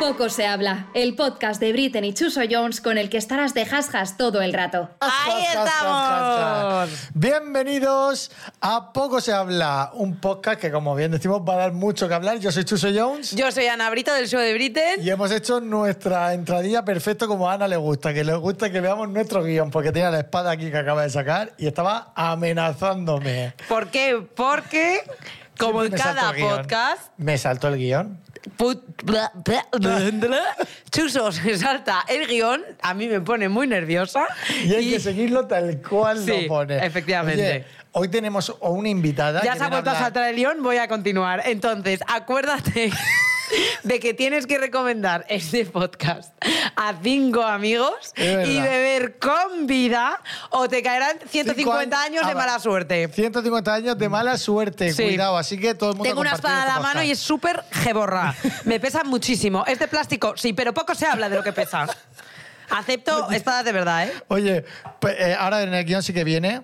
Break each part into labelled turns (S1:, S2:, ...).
S1: Poco se habla, el podcast de Britney y Chuso Jones con el que estarás de jasjas todo el rato.
S2: Ahí estamos.
S3: Bienvenidos a Poco se habla, un podcast que como bien decimos va a dar mucho que hablar. Yo soy Chuso Jones
S2: Yo soy Ana Brito del show de Britain.
S3: y hemos hecho nuestra entradilla perfecto como a Ana le gusta, que le gusta que veamos nuestro guión porque tenía la espada aquí que acaba de sacar y estaba amenazándome.
S2: ¿Por qué? Porque, como en
S3: Siempre me salto
S2: cada
S3: el guión.
S2: podcast,
S3: Me saltó el guión.
S2: put- bla, bla, bla, bla, Chuso se salta el guión. A mí me pone muy nerviosa.
S3: Y hay que seguirlo tal cual
S2: Sí,
S3: lo pone.
S2: efectivamente.
S3: Oye, hoy tenemos a una invitada.
S2: Ya
S3: que
S2: se ha
S3: viene
S2: vuelto a
S3: hablar-
S2: saltar el guión, voy a continuar. Entonces, acuérdate de que tienes que recomendar este podcast a cinco amigos
S3: Es verdad.
S2: y beber con vida o te caerán 150
S3: Cinco
S2: años de
S3: Ah, va.
S2: mala suerte.
S3: 150 años de mala suerte,
S2: Sí.
S3: cuidado. Así que todo el mundo
S2: Tengo una
S3: compartir
S2: espada en la
S3: este
S2: mano y es
S3: podcast.
S2: súper geborra. Me pesa muchísimo. Es de plástico, sí, pero poco se habla de lo que pesa. Acepto espadas de verdad, ¿eh?
S3: Oye, pues, eh, ahora en el guión sí que viene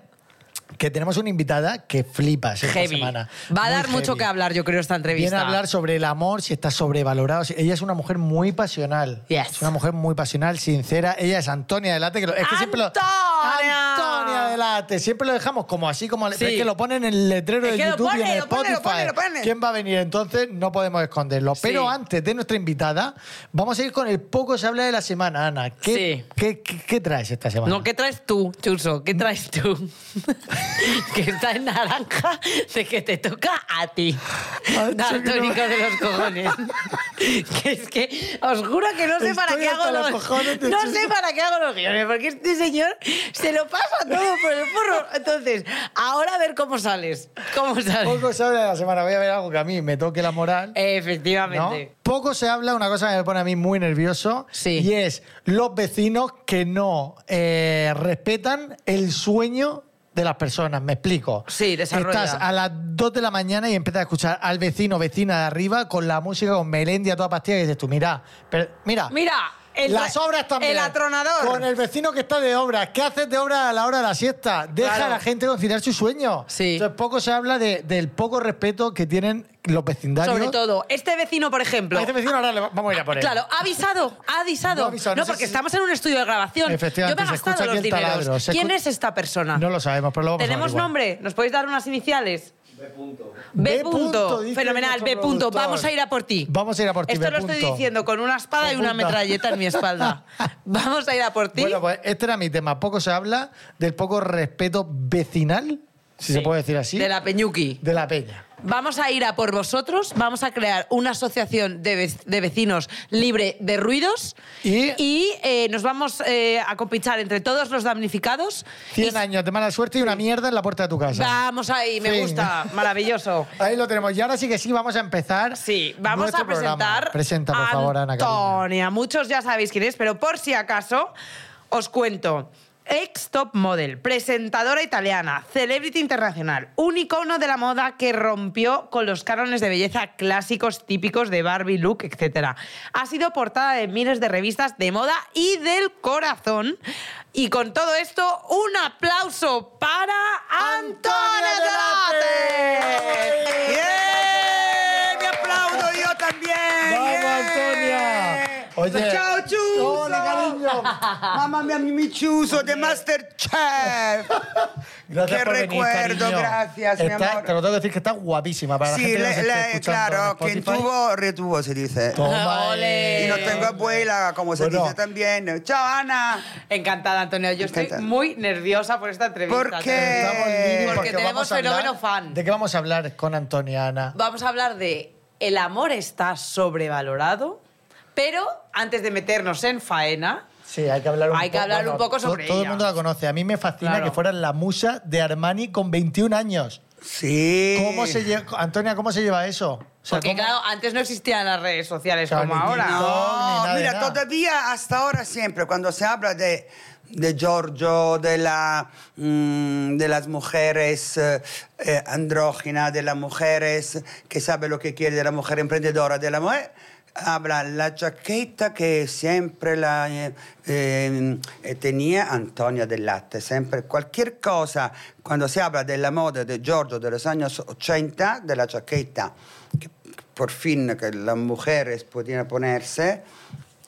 S3: que tenemos una invitada que flipas esta
S2: Heavy.
S3: semana.
S2: Va a
S3: Muy
S2: dar mucho
S3: heavy.
S2: que hablar, yo creo, esta entrevista.
S3: Viene a hablar sobre el amor, si está sobrevalorado. Si- Ella es una mujer muy pasional.
S2: Yes.
S3: Es una mujer muy pasional, sincera. Ella es Antonia Delate. Que lo- es que siempre lo-
S2: ¡Antonia!
S3: Antonia Delate. Siempre lo dejamos como así, como
S2: Sí.
S3: es que lo ponen en el letrero
S2: Es
S3: de
S2: que lo
S3: YouTube y
S2: pone,
S3: en
S2: lo pone,
S3: Spotify.
S2: lo pone, lo pone.
S3: ¿Quién va a venir? Entonces no podemos esconderlo. Pero
S2: Sí.
S3: antes de nuestra invitada, vamos a ir con el poco se habla de la semana, Ana. ¿Qué,
S2: Sí.
S3: qué, qué- qué traes esta semana?
S2: No, ¿qué traes tú, Chuso? ¿Qué traes tú? que está en naranja de que te toca a ti.
S3: Ay,
S2: Daltónico
S3: Chuso.
S2: de los cojones. que es que os juro que no sé para
S3: Estoy
S2: qué hago
S3: hasta los
S2: los
S3: cojones de
S2: No
S3: Chuso.
S2: sé para qué hago los guiones, porque este señor se lo pasa todo por el forro. Entonces, ahora a ver cómo sales. ¿Cómo sales?
S3: Poco se habla de la semana. Voy a ver algo que a mí me toque la moral. ¿no?
S2: Efectivamente.
S3: Poco se habla, una cosa que me pone a mí muy nervioso,
S2: Sí.
S3: y es los vecinos que no eh, respetan el sueño de las personas, me explico.
S2: Sí, desarrolla.
S3: Estás a las 2 de la mañana y empiezas a escuchar al vecino, vecina de arriba, con la música, con Melendia, toda pastilla, y dices tú, mira, pero, mira,
S2: Mira, el,
S3: las obras también.
S2: El atronador.
S3: Con el vecino que está de obras. ¿Qué haces de obras a la hora de la siesta? Deja
S2: Claro.
S3: a la gente conciliar su sueño.
S2: Sí.
S3: Entonces, poco se habla de- del poco respeto que tienen los vecindarios.
S2: Sobre todo, este vecino, por ejemplo,
S3: A este vecino ahora le va- vamos a ir a por él.
S2: Claro, ha avisado, ha avisado.
S3: No
S2: No,
S3: ha avisado, no sé
S2: porque
S3: si-
S2: estamos en un estudio de grabación.
S3: Efectivamente,
S2: Yo me he
S3: se escucha
S2: gastado
S3: aquí
S2: los
S3: el
S2: dineros.
S3: taladro, se
S2: ¿Quién
S3: escu-
S2: es esta persona?
S3: No lo sabemos, pero lo vamos a
S2: ¿Tenemos
S3: averiguar.
S2: nombre? ¿Nos podéis dar unas iniciales? B.
S3: B punto,
S2: punto.
S3: dice
S2: Fenomenal, B.
S3: nuestro
S2: punto.
S3: productor.
S2: Vamos a ir a por ti.
S3: Vamos a ir a por ti,
S2: Esto
S3: B
S2: lo estoy
S3: punto.
S2: diciendo con una espada
S3: B
S2: y una
S3: punto.
S2: metralleta en mi espalda. Vamos a ir a por ti.
S3: Bueno, pues este era mi tema. Poco se habla del poco respeto vecinal, si se puede decir así,
S2: De la Peñuqui.
S3: de la peña.
S2: Vamos a ir a por vosotros, vamos a crear una asociación de, vec- de vecinos libre de ruidos
S3: Y-
S2: eh, nos vamos eh, a compichar entre todos los damnificados.
S3: 100
S2: Y-
S3: años de mala suerte y una mierda en la puerta de tu casa.
S2: Vamos ahí, me
S3: Fin.
S2: gusta, maravilloso.
S3: Ahí lo tenemos. Y ahora sí que sí, vamos a empezar.
S2: Sí, vamos
S3: nuestro
S2: a presentar
S3: programa. Presenta, por favor, Ana Carolina.
S2: Antonia. Muchos ya sabéis quién es, pero por si acaso os cuento. Ex top model, presentadora italiana, celebrity internacional, un icono de la moda que rompió con los cánones de belleza clásicos típicos de Barbie, look, etc. Ha sido portada de miles de revistas de moda y del corazón. Y con todo esto, un aplauso para Antonia
S3: Delate.
S2: Delate. ¡Bien! ¡Me aplaudo yo también!
S3: ¡Vamos,
S2: ¡Bien!
S3: Antonia!
S4: Pues
S3: Oye.
S4: Ciao Chuso!
S3: ¡Hola, cariño!
S4: Mamma mia, mi Chuso de Masterchef!
S3: Gracias
S4: Qué
S3: por venir,
S4: recuerdo,
S3: cariño.
S4: gracias, mi
S3: Está-
S4: amor.
S3: Te lo tengo que decir que estás guapísima para la
S4: sí,
S3: gente
S4: le-
S3: que nos esté
S4: le-
S3: escuchando
S4: claro,
S3: en
S4: quien
S3: Spotify.
S4: tuvo, retuvo, se dice.
S3: Toma,
S2: Ole.
S3: eh.
S4: Y no tengo abuela, como se
S3: Bueno.
S4: dice también. ¡Chao, Ana!
S2: Encantada, Antonia. Yo estoy
S4: Encantada.
S2: muy nerviosa por esta entrevista.
S4: ¿Por qué?
S2: te lo
S3: Estamos
S2: digo.
S3: living
S2: Porque tenemos
S3: vamos a hablar-
S2: fenómeno fan.
S3: ¿De qué vamos a hablar con Antonia, Ana?
S2: Vamos a hablar de el amor está sobrevalorado, pero antes de meternos en faena,
S3: Sí, hay que hablar un
S2: Hay que
S3: poco.
S2: hablar un poco
S3: to-
S2: sobre
S3: Todo el
S2: ella.
S3: mundo la conoce. A mí me fascina
S2: Claro.
S3: que fuera la musa de Armani con 21 años.
S4: Sí.
S3: ¿Cómo se lleva, Antonia, ¿cómo se lleva eso? O sea,
S2: porque
S3: ¿cómo-
S2: claro, antes no existían las redes sociales
S3: Claro,
S2: como
S3: ni
S2: ahora.
S3: TikTok, ni nada
S4: No,
S3: de
S4: mira,
S3: nada.
S4: todavía hasta ahora siempre, cuando se habla de, de Giorgio, de, la, mm, de las mujeres eh, eh, andróginas, de las mujeres que sabe lo que quiere, de la mujer emprendedora, de la mujer... Habla la chaqueta que siempre la eh, eh, eh, tenía Antonia del Latte, siempre cualquier cosa, cuando se habla della moda de Giorgio de los años 80, della la chaqueta, por fin que las mujeres podían ponerse,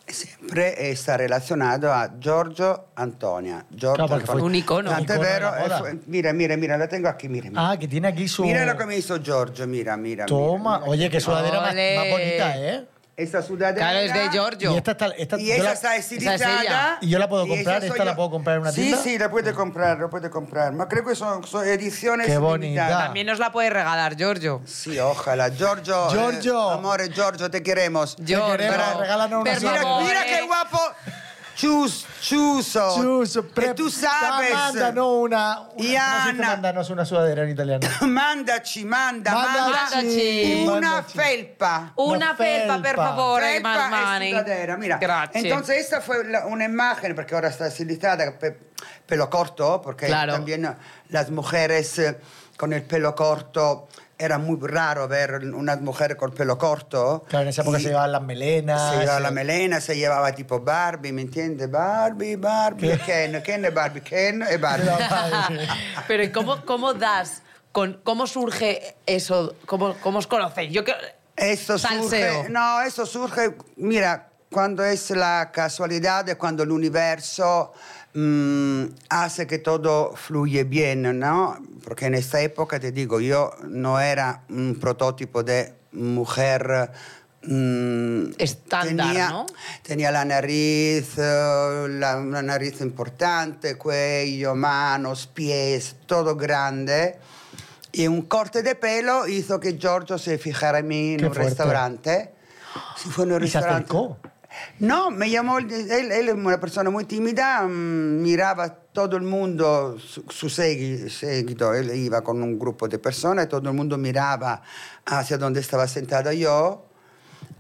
S4: siempre está relacionado a Giorgio Antonia. Giorgio
S3: Claro, porque fue
S4: Antonia.
S2: un icono.
S4: Tanto
S3: Un
S4: es
S3: icono
S4: vero,
S3: de la
S4: eh,
S3: moda.
S4: fue- mira, mira, mira, la tengo aquí, mira. mira.
S3: Ah, que tiene aquí su.
S4: Mira lo que me hizo Giorgio, mira, mira. mira,
S3: Toma.
S4: mira.
S3: Oye, qué sudadera más,
S2: Ole.
S3: más bonita, ¿eh?
S4: Esta sudadera.
S2: Claro, es de Giorgio.
S3: Y esta está. Esta,
S4: Y
S3: yo
S4: ella
S3: la-
S4: está
S2: ella.
S4: estilizada.
S3: ¿Y yo la puedo
S4: ella
S3: comprar?
S4: soy
S3: ¿Esta la puedo comprar en una
S4: sí,
S3: tienda?
S4: Sí, la puede comprar, la puede comprar. Ma creo que son, son ediciones
S3: Qué bonita.
S4: limitadas.
S2: También nos la puede regalar, Giorgio.
S4: Sí, ojalá. Giorgio. eh,
S3: Giorgio.
S4: amore, Giorgio, te queremos.
S2: Giorgio.
S3: queremos, regálanos una
S2: Per
S3: sola.
S4: Mira,
S2: favore.
S4: mira che guapo. Chus, chuso.
S3: Chus,
S4: E
S3: pre- Ah,
S4: tu sabes.
S3: Mándanos una. una
S4: Iana.
S3: no sé, mándanos una sudadera en italiano.
S4: Mandaci, manda, manda.
S2: Mandaci.
S4: Una
S3: Mandaci.
S4: felpa.
S2: Una
S3: Una
S2: felpa, per
S3: felpa.
S2: favore,
S4: Felpa e
S2: Marmani.
S4: sudadera, mira.
S2: Grazie.
S4: Entonces esta fue la- una imagen, porque ahora está estilizada, pe- pelo corto, porque
S2: Claro.
S4: también eh, las mujeres eh, con el pelo corto, era muy raro ver una mujer con pelo corto.
S3: Claro, en esa época
S4: Y
S3: se llevaban las melenas.
S4: se llevaba
S3: se-
S4: la melena, se llevaba tipo Barbie, ¿me entiendes? Barbie, Barbie, Ken, Ken es Barbie, Ken es Barbie.
S2: Pero ¿y ¿cómo, cómo das? Con, ¿Cómo surge eso? ¿Cómo, cómo os conocéis? Yo que...
S4: Eso
S2: Salseo.
S4: surge, no, eso surge, mira, cuando es la casualidad, es cuando el universo mm, hace que todo fluye bien, ¿no? Porque en esta época, te digo, yo no era un prototipo de mujer... mm,
S2: Estándar,
S4: tenía,
S2: ¿no?
S4: Tenía la nariz, eh, la, una nariz importante, cuello, manos, pies, todo grande. Y un corte de pelo hizo que Giorgio se fijara en mí en
S3: Qué
S4: un
S3: fuerte.
S4: restaurante. Se fue en un
S3: Y se
S4: restaurante.
S3: acercó.
S4: No, me llamó, él, él es una persona muy tímida, mm, miraba todo el mundo, su, su segui- seguito, él iba con un grupo de personas, todo el mundo miraba hacia donde estaba sentada yo,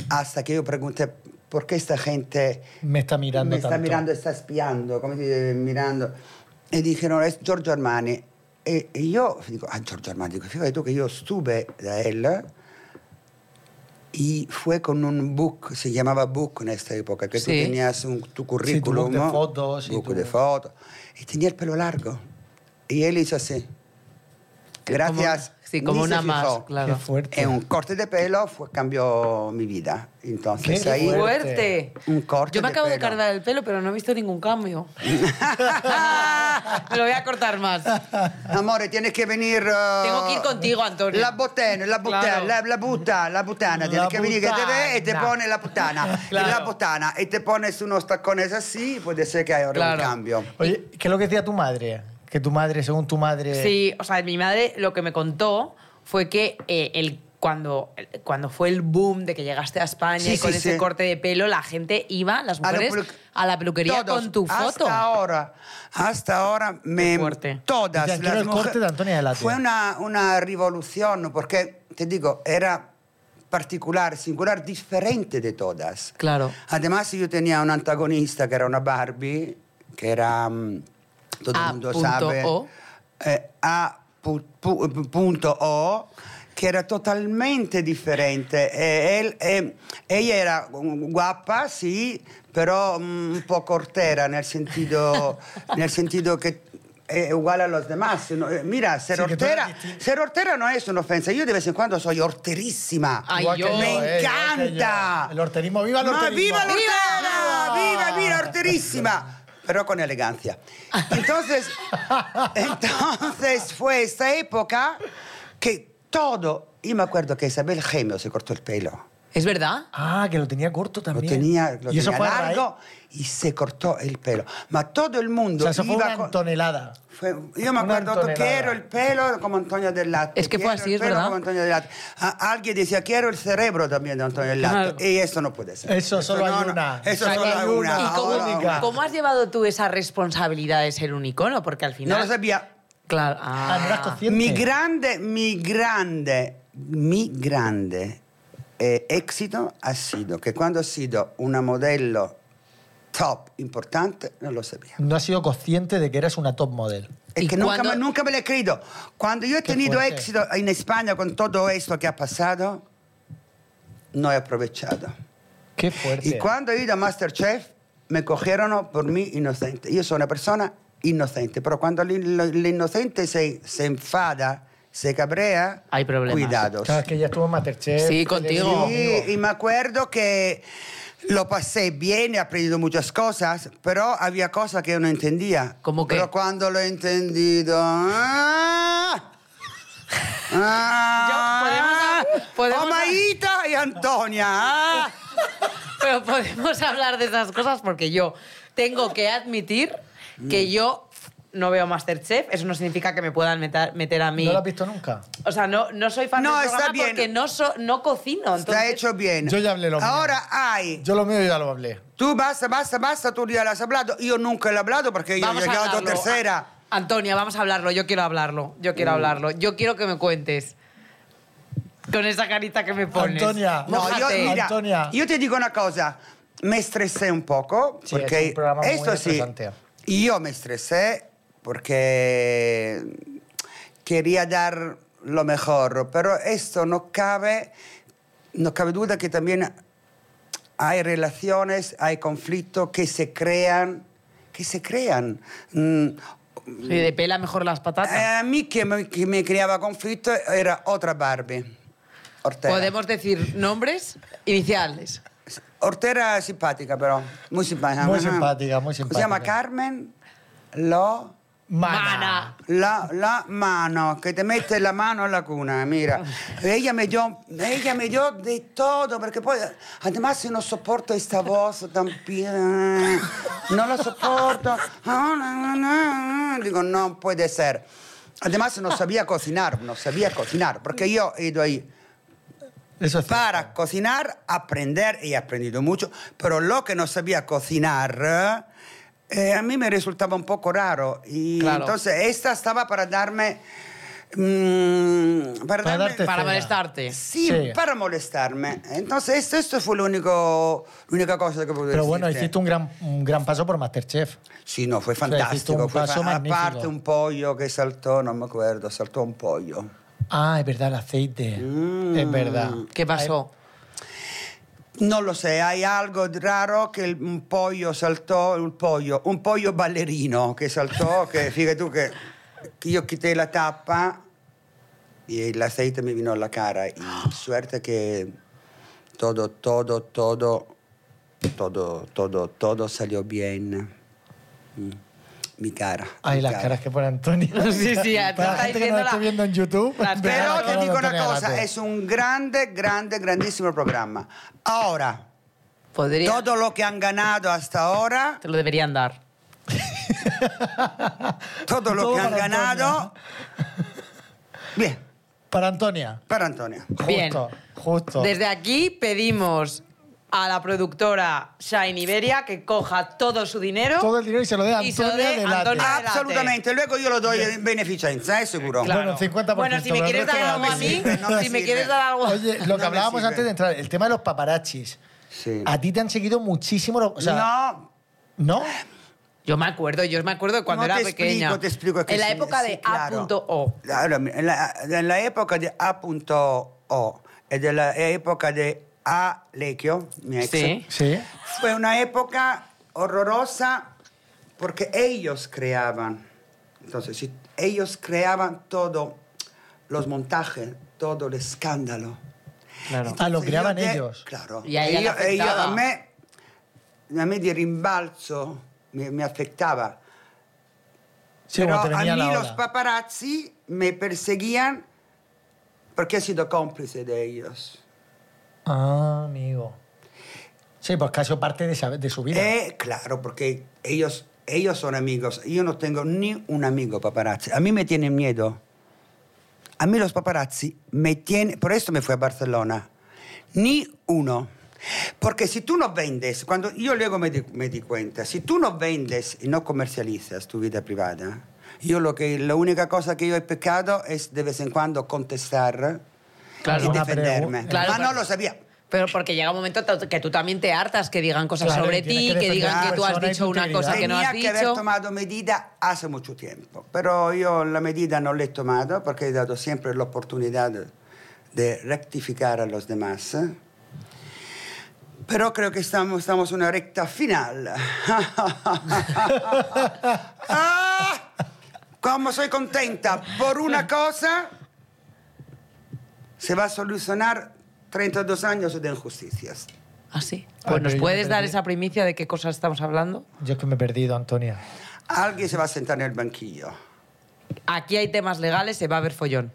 S4: hasta que yo pregunté, ¿por qué esta gente
S3: Me está mirando
S4: me está
S3: tanto.
S4: mirando, está espiando, come si dice, mirando. E dicono, è Giorgio Armani. E, e io dico, ah Giorgio Armani, dico, fíjate tú que yo estuve da él y fue con un book, se llamaba book en esta época, que tú
S2: Sí.
S4: tenías un, tu
S3: tu
S4: currículum.
S3: book de fotos y
S4: Book
S3: tu-
S4: de fotos. Y tenía el pelo largo. Y él hizo así. Gracias.
S2: Como- sí, como
S4: Ni se
S2: una más,
S4: fijó.
S2: claro.
S3: Qué fuerte.
S4: E un corte de pelo fue, cambió mi vida. Entonces
S3: Qué
S4: ahí...
S3: fuerte.
S2: ¡Fuerte!
S4: Un corte
S2: Yo me
S4: de
S2: acabo de
S4: pelo.
S2: cargar el pelo, pero no he visto ningún cambio. me lo voy a cortar más.
S4: Amore, tienes que venir. eh,
S2: Tengo que ir contigo, Antonio.
S4: La botana, la botana,
S2: Claro.
S4: la, la buta, la botana. Tienes
S3: La
S4: que venir que te ve y te
S2: butana.
S4: pone la botana.
S3: Claro.
S4: La botana. Y te pones unos tacones así, puede ser que haya ahora
S2: Claro.
S4: un cambio.
S3: Oye, ¿qué es lo que decía tu madre? Que tu madre, según tu madre.
S2: Sí, o sea, mi madre lo que me contó fue que eh, el, cuando, cuando fue el boom de que llegaste a España
S4: Sí,
S2: y con
S4: sí,
S2: ese
S4: sí.
S2: corte de pelo, la gente iba, las
S4: A la
S2: mujeres, a la,
S4: pelu-
S2: peluquería
S4: Todos,
S2: con tu foto.
S4: Hasta ahora, hasta ahora me.
S2: fuerte.
S4: Todas
S3: Ya, quiero el
S4: mujer-
S3: corte de Antonia de la Tía.
S4: Fue una, una revolución, porque te digo, era particular, singular, diferente de todas.
S2: Claro.
S4: Además, yo tenía un antagonista que era una Barbie, que era. mm, Todo
S2: A
S4: el mundo
S2: Ah, punto
S4: sabe.
S2: O.
S4: eh, a pu- pu- punto O, che era totalmente differente. E, el- e- ella era mm, guappa, sì, però mm, un po' cortera, nel sentito, nel sentito che è uguale a los demás. No, eh, Mira, ser,
S3: Sì, che tu
S4: ortera,
S3: eri distinta.
S4: ser ortera non è un'offensa. Io di vez in quando sono orterissima.
S2: Ay,
S3: Igual que
S2: yo.
S4: Me
S3: eh, igual que
S4: encanta.
S3: yo. El horterismo, viva el
S4: Ma
S3: horterismo.
S4: viva l'ortera!
S3: ¡Viva!
S4: Viva, viva l'orterísima! Pero con elegancia. Entonces, entonces fue esta época que todo. Y me acuerdo que Isabel Gemio se cortó el pelo.
S2: ¿Es verdad?
S3: Ah, que lo tenía corto
S4: Lo
S3: también.
S4: tenía, lo
S3: y eso
S4: tenía
S3: fue a raíz-
S4: largo y se cortó el pelo. Ma todo el
S3: O
S4: mundo
S3: sea, eso fue
S4: iba
S3: una
S4: con-
S3: tonelada.
S4: Fue- yo me
S3: Una
S4: acuerdo,
S3: tonelada.
S4: quiero el pelo como Antonio del Latte.
S2: Es que fue
S4: quiero
S2: así,
S4: el
S2: es
S4: pelo
S2: verdad.
S4: como Antonio del Latte. A- alguien decía, quiero el cerebro también de Antonio del Latte.
S2: Claro.
S4: Y eso no puede ser.
S3: Eso solo hay
S4: no, no,
S3: una.
S4: Eso
S3: Solo
S4: solo
S3: hay
S4: hay una.
S3: una.
S2: ¿Y cómo,
S3: Ahora-
S2: cómo has llevado tú esa responsabilidad de ser un icono? Porque al
S4: No
S2: final...
S4: lo sabía.
S2: Claro.
S3: Ah, no eras
S2: ah.
S3: consciente.
S4: Mi grande, mi grande, mi grande eh, éxito ha sido que cuando ha sido una modelo top importante, no lo sabía.
S3: No has sido consciente de que eras una top model.
S4: Es
S2: ¿Y
S4: que nunca,
S2: cuándo-
S4: me- nunca me lo he creído. Cuando yo he
S3: Qué
S4: tenido
S3: fuerte.
S4: éxito en España con todo esto que ha pasado, no he aprovechado.
S3: Qué fuerte.
S4: Y cuando he ido a Masterchef, me cogieron por mí inocente. Yo soy una persona inocente, pero cuando l'in- l'innocente se, se enfada se cabrea,
S2: Hay problemas.
S4: cuidados.
S3: Claro, es que ya estuvo en Masterchef.
S2: Sí, contigo.
S4: Sí, y me acuerdo que lo pasé bien, he aprendido muchas cosas, pero había cosas que yo no entendía.
S2: ¿Cómo qué?
S4: Pero cuando lo he entendido... ¡ah! ¡Ah!
S2: Yo- podemos- podemos-
S4: Omaíta y Antonia. ¡ah!
S2: Pero podemos hablar de esas cosas porque yo tengo que admitir que
S4: Mm.
S2: yo no veo Masterchef. Eso no significa que me puedan meter, meter a mí.
S3: ¿No lo has visto nunca?
S2: O sea, no, no soy fan
S4: No,
S2: del
S4: está
S2: programa
S4: bien.
S2: porque no, so- no cocino.
S4: Está
S2: entonces-
S4: hecho bien.
S5: Yo ya hablé lo mío.
S4: Ahora hay.
S5: Yo lo mío ya lo hablé.
S4: Tú basta, basta, basta, tú ya lo has hablado. Yo nunca lo he hablado porque yo he
S2: Vamos a
S4: llegado
S2: hablarlo.
S4: tercera. Mm.
S2: A- Antonia, vamos a hablarlo. Yo quiero hablarlo. Yo quiero hablarlo. Yo quiero que me cuentes. Con esa carita que me pones.
S5: Antonia.
S4: No,
S2: Mójate.
S4: io, mira,
S5: Antonia.
S4: io ti dico una cosa, mi stressé un poco,
S3: Sì, è
S4: perché
S3: un programma molto
S4: questo sì,
S3: pesante.
S4: io mi stressé perché quería dar lo mejor, pero esto no cabe, no cabe duda que también hay relaciones, hay conflictos que se crean, que se crean. Mm,
S2: Sí, de pela mejor las patatas.
S4: Eh, a mí que me, que me creaba conflicto era otra Barbie. Ortega.
S2: Podemos decir nombres iniciales.
S4: Ortega es simpática, pero muy simpática.
S5: Muy
S4: Ajá.
S5: simpática, muy simpática.
S4: Se llama Carmen Lo...
S2: Mana.
S4: La, la mano, que te mete la mano en la cuna, mira. Ella me dio, ella me dio de todo, porque poi, además, yo no soporto esta voz tan pi- No la soporto. Digo, no puede ser. Además, no sabía cocinar, no sabía cocinar, porque yo he ido ahí
S5: Eso es
S4: para cocinar, aprender, y he aprendido mucho, pero lo que no sabía cocinar, eh, a mí me resultaba un poco raro. Y
S2: Claro.
S4: entonces esta estaba para darme... mm, para,
S5: Para
S4: darme-
S5: darte-
S2: Para
S5: Cera.
S2: molestarte.
S4: Sí,
S5: Sí.
S4: para molestarme. Entonces esto, esto fue lo único, la única cosa que pude
S5: Pero bueno,
S4: decirte.
S5: hiciste un gran, un gran paso por Masterchef.
S4: Sì, no, fu
S5: esiste
S4: fantastico.
S5: un
S4: fu
S5: passo
S4: fa- a
S5: magnifico.
S4: parte un pollo che saltò, non mi acuerdo, saltò un pollo.
S5: Ah, es verdad, el aceite.
S4: Mm.
S5: Es verdad.
S2: ¿Qué pasó?
S4: Non lo so, hai algo di raro che il- un pollo saltò, un pollo, un pollo ballerino che saltò, che figa tu che che io chitei la tappa e l'aceite mi vino alla cara. E suerte che todo, todo, todo, todo, todo, todo salió bien. Mm. Mi cara.
S5: Ay,
S4: mi
S5: las
S4: cara.
S5: caras que pone Antonio.
S2: Sí, sí, ya,
S5: Para la
S2: está
S5: gente que nos
S2: diciendo
S5: esté
S2: la-
S5: viendo en YouTube.
S2: la-
S5: verá la
S2: Pero
S4: Però
S5: cara
S4: ti
S5: de
S4: dico una
S5: Antonio
S4: cosa,
S5: Galate.
S4: è un grande, grande, grandissimo programma. Ora,
S2: Podría.
S4: todo lo que han ganado hasta ahora,
S2: Te lo deberían dar.
S4: todo lo
S5: Todo
S4: que han
S5: para
S4: ganado. Bien,
S5: Para Antonia.
S4: para Antonia.
S5: Justo,
S2: Bien.
S5: justo.
S2: Desde aquí pedimos a la productora Shine Iberia que coja todo su dinero.
S5: Todo el dinero y se lo dé a
S2: Y se lo
S5: Antonia
S2: dé
S5: de Late.
S2: Antonia. Adelante.
S4: Absolutamente, luego yo lo doy en beneficencia, ¿eh? seguro.
S2: Claro.
S5: Bueno, 50%,
S2: Bueno, si me
S5: pero el
S2: quieres
S5: resto
S2: dar
S5: no
S2: algo
S4: me
S2: a mí,
S4: sirve, no me
S2: si me
S4: sirve.
S2: quieres dar algo.
S5: Oye, lo
S4: No
S5: que
S4: me
S5: hablábamos
S4: sirve.
S5: antes de entrar, el tema de los paparachis.
S4: Sí.
S5: A ti te han seguido muchísimo. los- O sea,
S4: no,
S5: no.
S2: Yo me acuerdo, yo me acuerdo de cuando
S4: no
S2: era
S4: te
S2: pequeña.
S4: explico, te explico. que
S2: En la
S4: sí,
S2: época
S4: sí,
S2: de
S4: claro.
S2: A.O.
S4: Claro, en la, en la época de A.O e della época de A. Lequio, mi ex.
S2: Sí.
S5: Sí.
S4: Fue una época horrorosa porque ellos creaban. Entonces, si ellos creaban todo, los montajes, todo el escándalo.
S2: Claro.
S5: Ah, lo
S4: Entonces,
S5: creaban
S4: yo te-
S5: ellos.
S4: Claro.
S2: Y a ella le
S4: Ellos- ellos-
S2: afectaba.
S4: a, mí, a mí de rimbalzo me, me afectaba.
S5: Sí,
S4: Pero
S5: como te
S4: a
S5: venía
S4: mí
S5: la
S4: los
S5: hora.
S4: paparazzi me perseguían porque he sido cómplice de ellos.
S5: Ah, amigo. Sí, pues casi parte de, esa- de su vida.
S4: Eh, claro, porque ellos, ellos son amigos. Yo no tengo ni un amigo paparazzi. A mí me tienen miedo. A mí los paparazzi me tienen... Por esto me fui a Barcelona. Ni uno. Porque si tú no vendes, cuando yo luego me di, me di cuenta, si tú no vendes y no comercializas tu vida privada, yo lo que, la única cosa que yo he pecado es de vez en cuando contestar
S2: Claro.
S4: y
S5: Ah, pero-
S4: defenderme.
S2: Claro,
S4: Mas
S2: pero-
S4: no lo sabía.
S2: Pero porque llega un momento to- que tú también te hartas que digan cosas
S5: Claro,
S2: sobre
S5: y tienes
S2: ti,
S5: que
S2: que digan
S5: defender
S2: que
S5: a
S2: tú has
S5: persona y
S2: dicho
S5: tu
S2: una cosa
S5: integridad.
S2: que no
S4: Tenía
S2: has
S4: que haber
S2: dicho.
S4: tomado medida hace mucho tiempo, pero yo la medida no la he tomado porque he dado siempre la oportunidad de rectificar a los demás. Pero creo que estamos, estamos en una recta final. ¡Ah! ¡Cómo soy contenta! Por una cosa se va a solucionar 32 años de injusticias.
S2: Ah, sí.
S3: Ah,
S2: Pues nos
S3: pero yo
S2: puedes
S3: me
S2: dar
S3: perdí.
S2: esa primicia de qué cosas estamos hablando.
S3: Yo es que me he perdido, Antonia.
S4: Alguien se va a sentar en el banquillo.
S2: Aquí hay temas legales y va a haber follón.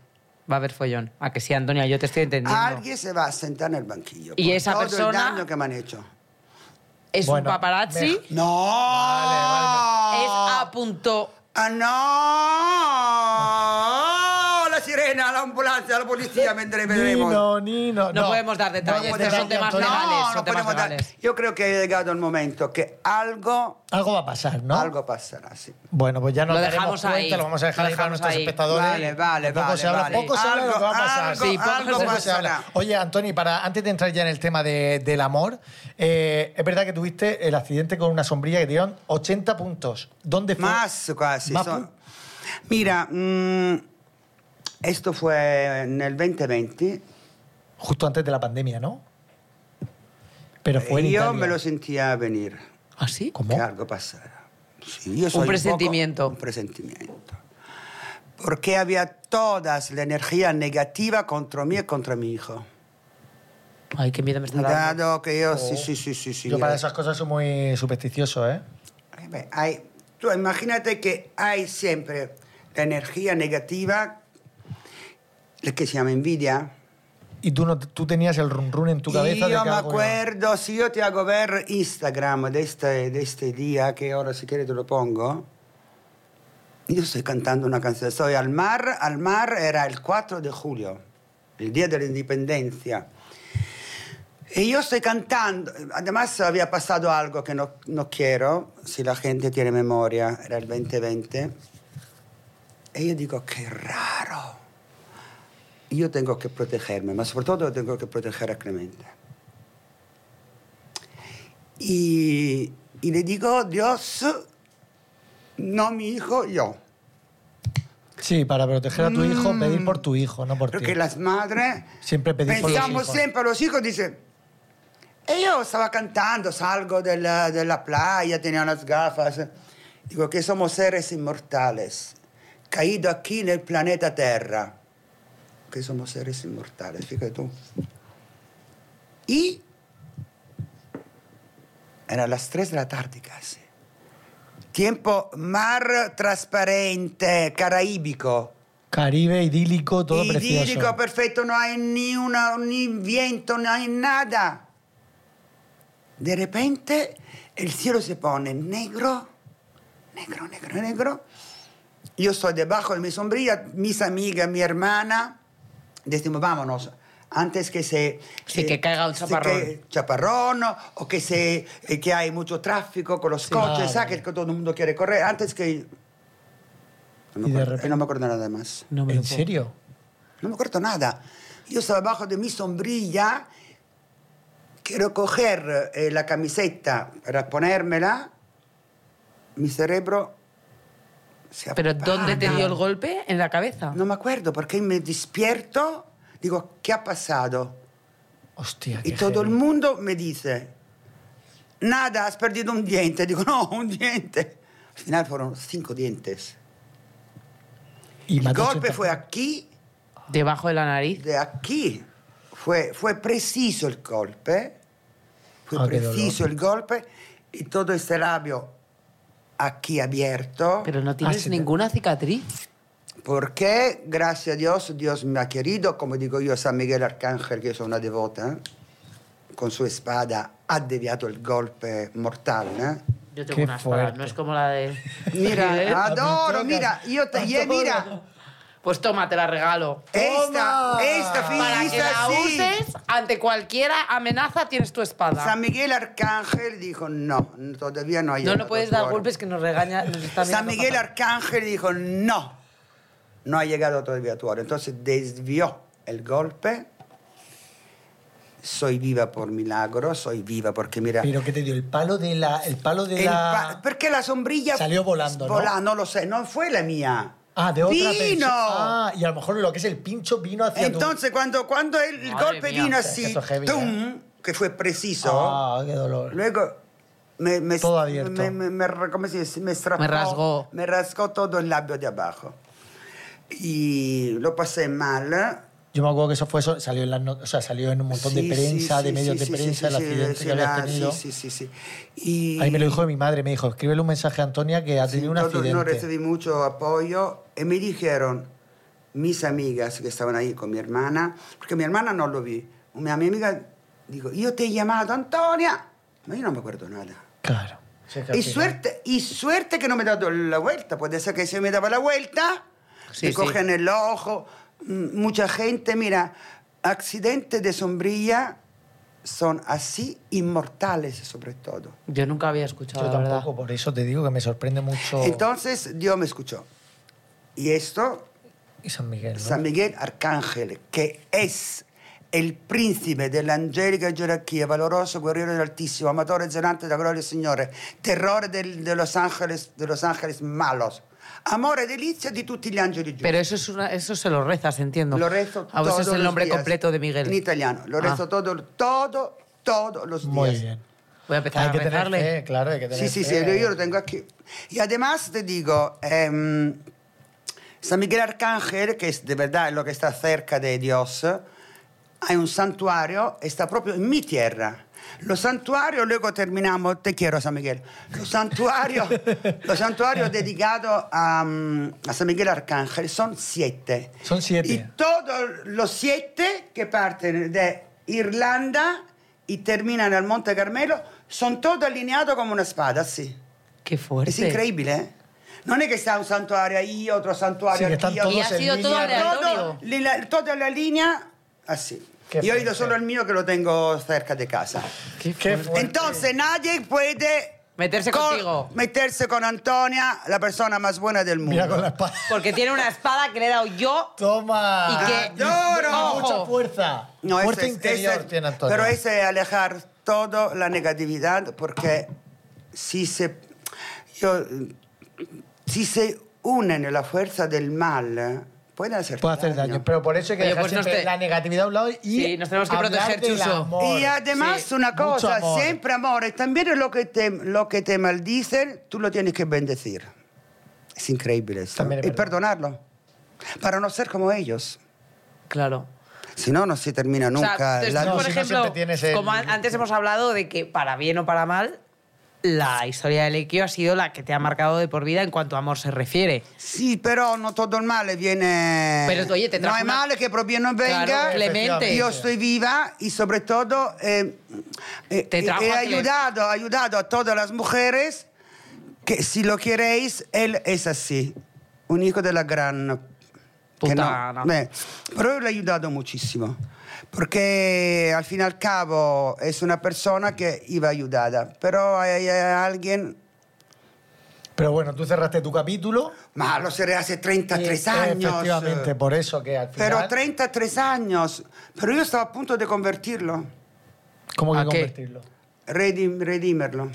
S2: Va a haber follón. A que sí, Antonia, yo te estoy entendiendo.
S4: Alguien se va a sentar en el banquillo.
S2: Y
S4: por
S2: esa
S4: todo el
S2: persona-
S4: daño que me han hecho.
S2: Es
S3: Bueno,
S2: un paparazzi.
S4: ¡No!
S2: Es a punto.
S4: ¡Ah, no! La sirena, la ambulancia, la policía, vendré, veremos.
S3: Nino, Nino. pues
S2: No podemos dar detalles,
S3: podemos
S2: estos
S3: dar
S2: son temas
S3: detalles.
S2: legales.
S4: No,
S2: son
S4: no
S2: temas
S4: podemos dar.
S2: legales.
S4: Yo creo que ha llegado el momento que algo,
S3: Algo va a pasar, ¿no?
S4: algo pasará, sí.
S3: Bueno, pues ya nos
S2: Lo dejamos
S3: daremos cuenta,
S2: ahí.
S3: lo vamos a dejar
S2: Lo
S3: ahí para
S2: dejamos
S3: nuestros
S2: ahí.
S3: espectadores.
S4: Vale, vale,
S3: poco
S4: vale,
S3: se habla,
S4: vale.
S3: poco se habla de lo que va a pasar.
S4: Algo-
S2: Sí, poco
S4: algo
S2: se
S3: Poco se habla.
S4: pasará.
S3: Oye, Antoni, para, antes de entrar ya en el tema de- del amor, eh, es verdad que tuviste el accidente con una sombrilla que te dieron 80 puntos. ¿Dónde fue?
S4: Más casi.
S3: Más
S4: son-
S3: pu-
S4: Mira, mm, esto fue en el 2020.
S3: Justo antes de la pandemia, ¿no? Pero fue en
S4: yo
S3: Italia.
S4: me lo sentía venir,
S2: ¿Ah, sí?
S3: ¿Cómo?
S4: que algo pasara. Sí, yo soy un
S2: presentimiento.
S4: poco- un presentimiento. Porque había toda la energía negativa contra mí y contra mi hijo.
S2: Ay, qué miedo me está dando.
S4: Dado que yo, sí, sí, sí, sí, sí.
S3: Yo para esas cosas soy muy supersticioso, ¿eh?
S4: Eh, beh, hay- tú imagínate que hay siempre la energía negativa, la que se llama envidia.
S3: Y tú, no, tú tenías el run run en tu cabeza. de
S4: Io
S3: que algo
S4: mi
S3: iba-
S4: acuerdo, se io ti hago ver Instagram de este, de este día, que ahora si quieres te lo pongo. Io sto cantando una canzone, sto al mar, al mar era il 4 di julio, il día dell'indipendenza. E io sto cantando, además había pasado algo che no, no quiero, se la gente tiene memoria, era il 2020. E io dico che raro. Io tengo che proteggermi, ma soprattutto tengo che proteggere a Clemente. Y, y le digo, Dios, no mi hijo, yo.
S3: Sí, para proteger a tu hijo,
S4: Mm.
S3: pedir por tu hijo, no por ti.
S4: Porque las madres
S3: Siempre pedir por los
S4: pensamos
S3: hijos.
S4: siempre a los hijos, dice, e io stavo cantando, salgo della, della playa, tenía las gafas. Digo che somos seres inmortales, caído aquí nel planeta Terra. Che somos seres inmortales, fíjate tú. Y eran las 3 de la tarde casi. Tiempo mar transparente, caraibico,
S3: Caribe, idílico, todo
S4: idílico,
S3: precioso.
S4: perfecto, no hay ni, una, ni viento, no hay nada. De repente el cielo se pone negro, negro, negro, negro. Yo estoy debajo de mi sombrilla, mis amigas, mi hermana, decimos, vámonos, antes que se...
S2: Sí, que caiga un
S4: se
S2: chaparrón.
S4: cae- chaparrón o que, se, eh, que hay mucho tráfico con los
S3: Ah,
S4: coches, ¿sabes?
S3: vale.
S4: Que todo el mundo quiere correr, antes que...
S3: Y de
S4: No me, acuerdo, eh,
S3: repente-
S4: no me acuerdo nada más.
S2: No me lo
S3: ¿En
S2: puedo-
S3: serio?
S4: No me acuerdo nada. Yo estaba abajo de mi sombrilla, quiero coger eh, la camiseta para ponérmela, mi cerebro se
S2: ¿Pero
S4: apaga.
S2: dónde te dio el golpe? ¿En la cabeza?
S4: No me acuerdo, porque me despierto, digo, ¿qué ha pasado?
S3: Hostia.
S4: Y
S3: qué
S4: todo el
S3: heavy.
S4: mundo me dice, nada, has perdido un diente. Digo, no, un diente. Al final fueron cinco dientes.
S3: Y
S4: El
S3: mató
S4: golpe
S3: 80.
S4: fue aquí
S2: Debajo de la nariz.
S4: de aquí fue, fue preciso el golpe, fue
S3: Ah, qué
S4: preciso el golpe y todo este labio aquí abierto,
S2: Pero no tienes
S3: sí, te-
S2: ninguna cicatriz.
S4: porque gracias a Dios, Dios me ha querido, como digo yo a San Miguel Arcángel, que yo soy una devota, ¿eh? con su espada ha desviado el golpe mortal. ¿eh?
S2: Yo
S3: tengo Qué una espada, fuerte. no es
S2: como la de... ¿Eh?
S4: Mira, ah. adoro, mira, yo te... y, eh, mira,
S2: Pues toma, te la regalo.
S4: esta, esta
S2: Para que
S4: finita
S2: la
S4: así.
S2: uses, ante cualquiera amenaza tienes tu espada.
S4: San Miguel Arcángel dijo, no, todavía no hay
S2: no
S4: llegado
S2: le puedes
S4: tu
S2: dar
S4: hora".
S2: golpes que nos regaña. nos está
S4: San
S2: mirando
S4: Miguel
S2: fatal.
S4: Arcángel dijo, no, no ha llegado todavía tu hora. Entonces desvió el golpe. Soy viva por milagro, soy viva porque mira...
S3: Pero que te dio el palo de la. El palo de
S4: el pa-
S3: la.
S4: porque la sombrilla...
S3: Salió volando, ¿no?
S4: Volá, no lo sé, no fue la mía.
S3: Ah, de otra
S4: ¡Vino!
S3: persona. Ah, y a lo mejor lo que es el pincho vino hacia tu-
S4: Entonces cuando, cuando el
S2: Madre
S4: golpe
S2: mía,
S4: vino
S3: es que
S4: así,
S3: esto es heavy, ¿eh?
S4: ¡tum! que fue preciso,
S3: Ah, qué dolor.
S4: luego me... me
S3: Todo abierto.
S4: Me, me- me- ¿cómo se dice? Me estrapó,
S2: Me rasgó.
S4: Me rasgó todo el labio de abajo. Y lo pasé mal.
S3: Yo me acuerdo que eso fue eso, salió en, las no- o sea, salió en un montón
S4: Sí,
S3: de
S4: sí,
S3: prensa, de
S4: sí,
S3: medios
S4: sí,
S3: de
S4: sí,
S3: prensa,
S4: sí,
S3: el
S4: sí,
S3: accidente
S4: sí,
S3: que habías
S4: la-
S3: tenido.
S4: Sí, sí, sí, sí. Y
S3: Ahí me lo dijo mi madre, me dijo, escríbele un mensaje a Antonia que ha
S4: sí,
S3: tenido un
S4: todo-
S3: accidente.
S4: no recibí mucho apoyo y me dijeron mis amigas que estaban ahí con mi hermana, porque mi hermana no lo vi. Una- Mi amiga dijo, yo te he llamado, Antonia. No, yo no me acuerdo nada.
S3: Claro. Sí, que al
S4: Y
S3: final-
S4: suerte, y suerte que no me he dado la vuelta. Puede ser que si me daba la vuelta,
S2: Sí,
S4: te
S2: sí.
S4: cogen el ojo. Mm, Mucha gente, mira, accidentes de sombrilla son así, inmortales sobre todo.
S2: Yo nunca había escuchado,
S3: Yo
S2: la verdad.
S3: tampoco, por eso te digo que me sorprende mucho
S4: Entonces Dios me escuchó. Y esto,
S3: y San Miguel. ¿no?
S4: San Miguel Arcángel, que es el príncipe dell'angelica gerarchia, valoroso guerriero dell'Altissimo, amatore zelante della gloria del Signore, terrore del- de, los ángeles, de los ángeles malos, amore e delizia di tutti gli angeli giusti.
S2: Pero eso, es una, eso se lo rezas, entiendo.
S4: lo rezo
S2: A
S4: todos
S2: vos es el
S4: los
S2: nombre
S4: días.
S2: completo de Miguel.
S4: En italiano, lo
S2: Ah.
S4: rezo todo, todo, todos los
S3: Muy
S4: días.
S3: bien.
S2: Voy a empezar
S3: Hay
S2: a
S3: que tener
S2: rezarle.
S3: fe, claro, hay que tener
S4: Sí, sí, sí,
S3: fe.
S4: yo lo tengo aquí. Y además te digo, em, San Miguel Arcángel, que es de verdad lo que está cerca de Dios, hay un santuario, está proprio en mi tierra. Lo santuario, luego terminamos, te quiero San Miguel, lo santuario, lo santuario dedicato a, mm, a San Miguel Arcángel son siete.
S3: Son siete.
S4: Y todos los siete que parten de Irlanda y terminan al Monte Carmelo son todos alineados como una espada, sí.
S2: Qué fuerte.
S4: Es increíble, ¿eh? No es que sea un santuario ahí, otro
S3: Sí,
S4: santuario
S3: que están
S4: aquí, otro-
S3: todos
S2: Y ha
S3: en
S2: sido
S3: línea.
S2: todo aleatorio.
S4: todo, la, toda la línea así.
S3: Qué
S4: Yo he ido
S3: fuerte.
S4: solo al mío que lo tengo cerca de casa.
S2: Qué
S3: Qué
S2: fuerte.
S3: fuerte.
S4: Entonces nadie puede
S2: Meterse
S4: con-
S2: contigo.
S4: meterse con Antonia, la persona más buena del mundo.
S3: Mira con la espada.
S2: Porque tiene una espada que le he dado yo.
S3: Toma.
S2: Y que-
S4: ¡Adoro!
S3: Y mucha
S2: Ojo.
S3: fuerza.
S4: No,
S3: fuerza
S4: ese es-
S3: interior
S4: ese es-
S3: tiene Antonio.
S4: Pero ese es alejar toda la negatividad porque si se, yo, eh, si se unen la fuerza del mal, eh, pueden hacer
S3: Puede hacer daño. Pero por eso hay que
S2: Oye,
S3: dejar
S2: pues no
S3: siempre
S2: esté-
S3: la negatividad a un lado y
S2: Sí, nos tenemos que
S3: hablar
S2: proteger,
S3: del
S2: Chuso.
S3: amor.
S4: Y además
S2: Sí,
S4: una
S3: mucho
S4: cosa,
S3: amor.
S4: siempre amor, también lo que, te, lo que te maldicen, tú lo tienes que bendecir. Es increíble esto.
S3: También es
S4: y
S3: verdad.
S4: perdonarlo, para no ser como ellos.
S2: Claro.
S4: Si no, no se termina nunca.
S2: o sea, entonces
S4: la
S2: tú,
S3: No,
S2: por
S3: si no
S2: ejemplo,
S3: siempre tienes el-
S2: como an- antes hemos hablado de que para bien o para mal, la historia de Lequio ha sido la que te ha marcado de por vida en cuanto a amor se refiere.
S4: Sì, però non tutto il male viene...
S2: Pero, oye, te
S4: no
S2: trajo
S4: è
S2: una-
S4: male che proprio non venga.
S2: Claro, Clemente.
S4: Io sto viva e soprattutto eh, eh,
S2: Te
S4: eh,
S2: trajo
S4: he
S2: a Cle-
S4: ayudado, ayudado a todas las mujeres que si lo queréis, él es así. Un hijo de la gran... que
S2: Puttana.
S4: Beh, però l'ho aiutato moltissimo. Perché al fin y al cabo es una persona que iba ayudada, pero hay alguien,
S3: Pero bueno, tú cerraste tu capítulo.
S4: ma lo se hace 33
S3: Eh,
S4: años.
S3: Efectivamente, por eso que al final...
S4: Pero 33 años. Pero yo estaba a punto de convertirlo,
S3: ¿Cómo que
S2: ¿A qué?
S3: convertirlo?
S4: redim- redimerlo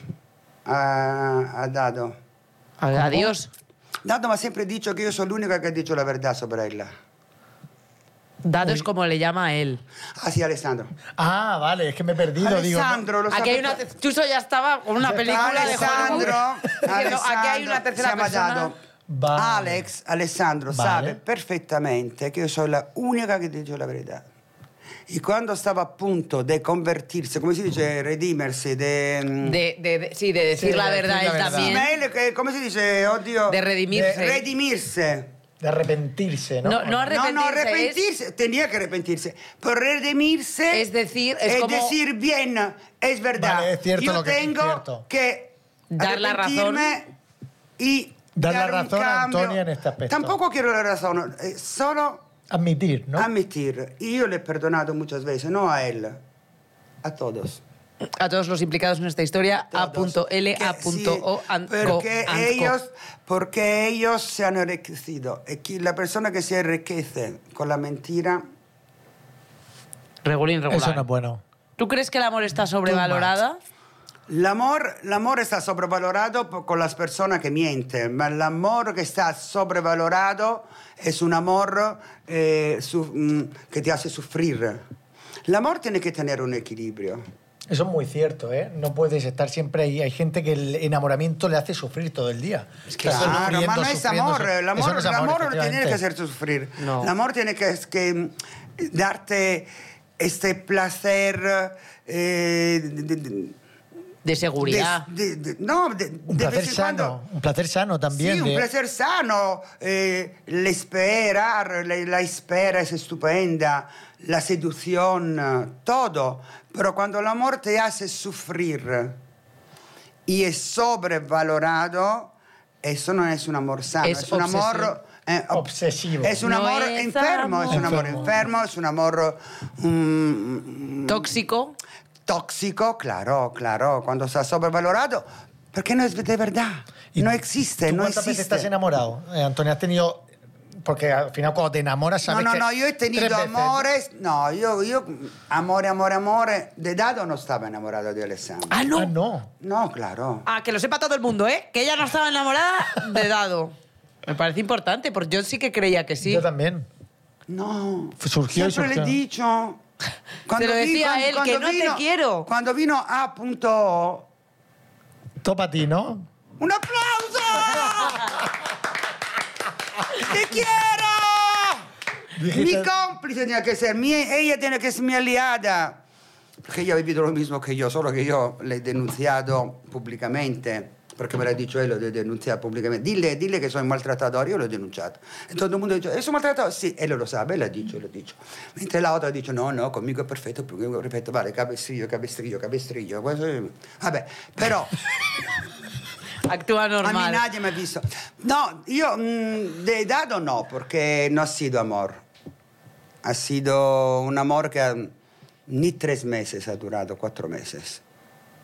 S4: a, a Dado.
S2: A- Adiós.
S4: Dado me ha siempre dicho que yo soy la única que ha dicho la verdad sobre ella.
S2: Dado es como le llama a él.
S4: Así, Alessandro.
S3: Ah, vale, es que me he perdido, digo. no-
S4: Alessandro, lo
S2: Aquí hay
S4: sabe
S2: Ah, una...
S4: todo.
S2: Chuso ya estaba con una película de Hollywood.
S4: Alessandro,
S2: Diciendo, Aquí hay una
S4: Alessandro,
S2: tercera
S4: siamo
S2: persona.
S4: Dado.
S3: Vale.
S4: Alex, Alessandro
S3: Vale.
S4: sabe perfettamente che io sono la unica che dice la verità. E quando stava a punto di convertirsi, come si dice, redimersi, mm, de-
S2: De, de- de- sí, de decir
S3: Sí,
S2: la
S3: de decir
S2: verdad
S3: la
S2: él
S3: verdad.
S2: también.
S4: Ismael, que- ¿cómo se dice? Odio.
S2: De redimirse.
S4: De redimirse.
S3: De arrepentirse, ¿no?
S2: No, no
S4: No, no,
S2: Arrepentirse
S4: arrepentirse. Tenía que arrepentirse. Pero redimirse.
S2: Es decir, es como-
S4: decir, bien, es verdad.
S3: Vale, es cierto
S4: Yo
S3: lo que- es
S4: tengo
S3: cierto.
S4: que.
S2: Dar la razón.
S4: arrepentirme Y.
S3: Dar la
S4: un
S3: razón a
S4: cambio.
S3: Antonia en este aspecto.
S4: Tampoco quiero la razón, eh, solo
S3: Admitir, ¿no?
S4: admitir. Y yo le he perdonado muchas veces, no a él, a todos.
S2: A todos los implicados en esta historia,
S4: Todos.
S2: a.l,
S4: Que sí,
S2: a.o, and- co-
S4: porque
S2: and co.
S4: ellos Porque ellos se han enriquecido. Y que la persona que se enriquece con la mentira,
S2: Regulín, regular.
S3: Eso no es bueno.
S2: ¿Tú crees que el amor está sobrevalorada?
S4: el amor, el amor está sobrevalorado por- con las personas que mienten, pero el amor que está sobrevalorado es un amor eh, su- mm, que te hace sufrir. El amor tiene que tener un equilibrio.
S3: Eso es muy cierto, ¿eh? No puedes estar siempre ahí. Hay gente que el enamoramiento le hace sufrir todo el día. Es
S4: Claro, ma no es amor, el amor, el amor no tiene que hacerte sufrir.
S2: No.
S4: El amor tiene que, es que darte este placer eh, de- de-
S2: De seguridad.
S4: de- de- no, de,
S3: Un
S4: de
S3: placer
S4: vez en cuando.
S3: sano, un placer sano también. ¿eh?
S4: Sì, un
S3: de-
S4: placer sano, eh, l'esperar, la, la espera es estupenda, la seducción, todo. Pero cuando el amor te hace sufrir y es sobrevalorado, eso no es un amor sano,
S2: Es
S4: es, un
S2: obsesivo.
S4: amor... eh, ob-
S3: Obsesivo.
S4: Es un
S2: No
S4: amor
S2: es
S4: enfermo, es un amor
S3: Enfermo.
S4: enfermo, es un amor mm,
S2: Tóxico.
S4: tóxico, claro, claro, cuando está sobrevalorado, porque no es de verdad,
S3: ¿Y
S4: no existe,
S3: ¿tú
S4: no
S3: ¿Cuántas veces
S4: existe.
S3: estás enamorado, Eh, Antonio? ¿Has tenido...? Porque al final cuando te
S2: Cioè,
S3: enamoras
S4: No,
S3: sabes
S4: no,
S3: que
S4: no, io ho
S3: tres
S4: tenido
S3: veces-
S4: amores. No, io, io amore, amore, amore. De dado non stavo innamorato di Alessandro.
S2: Ah, no.
S3: Ah, no.
S4: No, claro.
S2: Ah, que lo sepa todo el mundo, ¿eh? Que ella no estaba enamorada de dado. Me parece importante, porque yo sí que creía que sí.
S3: Yo también.
S4: No.
S3: F- surgió y
S4: Sempre le
S3: surgió.
S4: dicho.
S2: lo decía a él, que no te quiero.
S4: Quando vino a punto.
S3: Topa a ti, ¿no?
S4: Un applauso! Te quiero! Mi complice tiene que ser, mi, ella tiene que ser mi aliada. Perché ella ha vivido lo mismo che io, solo che io l'ho denunziato pubblicamente. Perché me l'ha detto lei, l'ho denunziato pubblicamente. Dille, dille che sono maltrattatore, io l'ho denunciato. E tutto il mondo dice, e sono maltrattatore? Sì, e lei lo sa, e l'ha detto, l'ha detto. Mentre l'altra dice, no, no, conmigo è perfetto, conmigo è perfetto, vale, capestriglio, capestriglio, capestriglio. Vabbè, però...
S2: Actúa
S4: A mí
S2: normal.
S4: nadie me ha visto. No, yo mm, de dado no, porque no ha sido amor. Ha sido un amor que ha- ni tres meses ha durado, cuatro meses.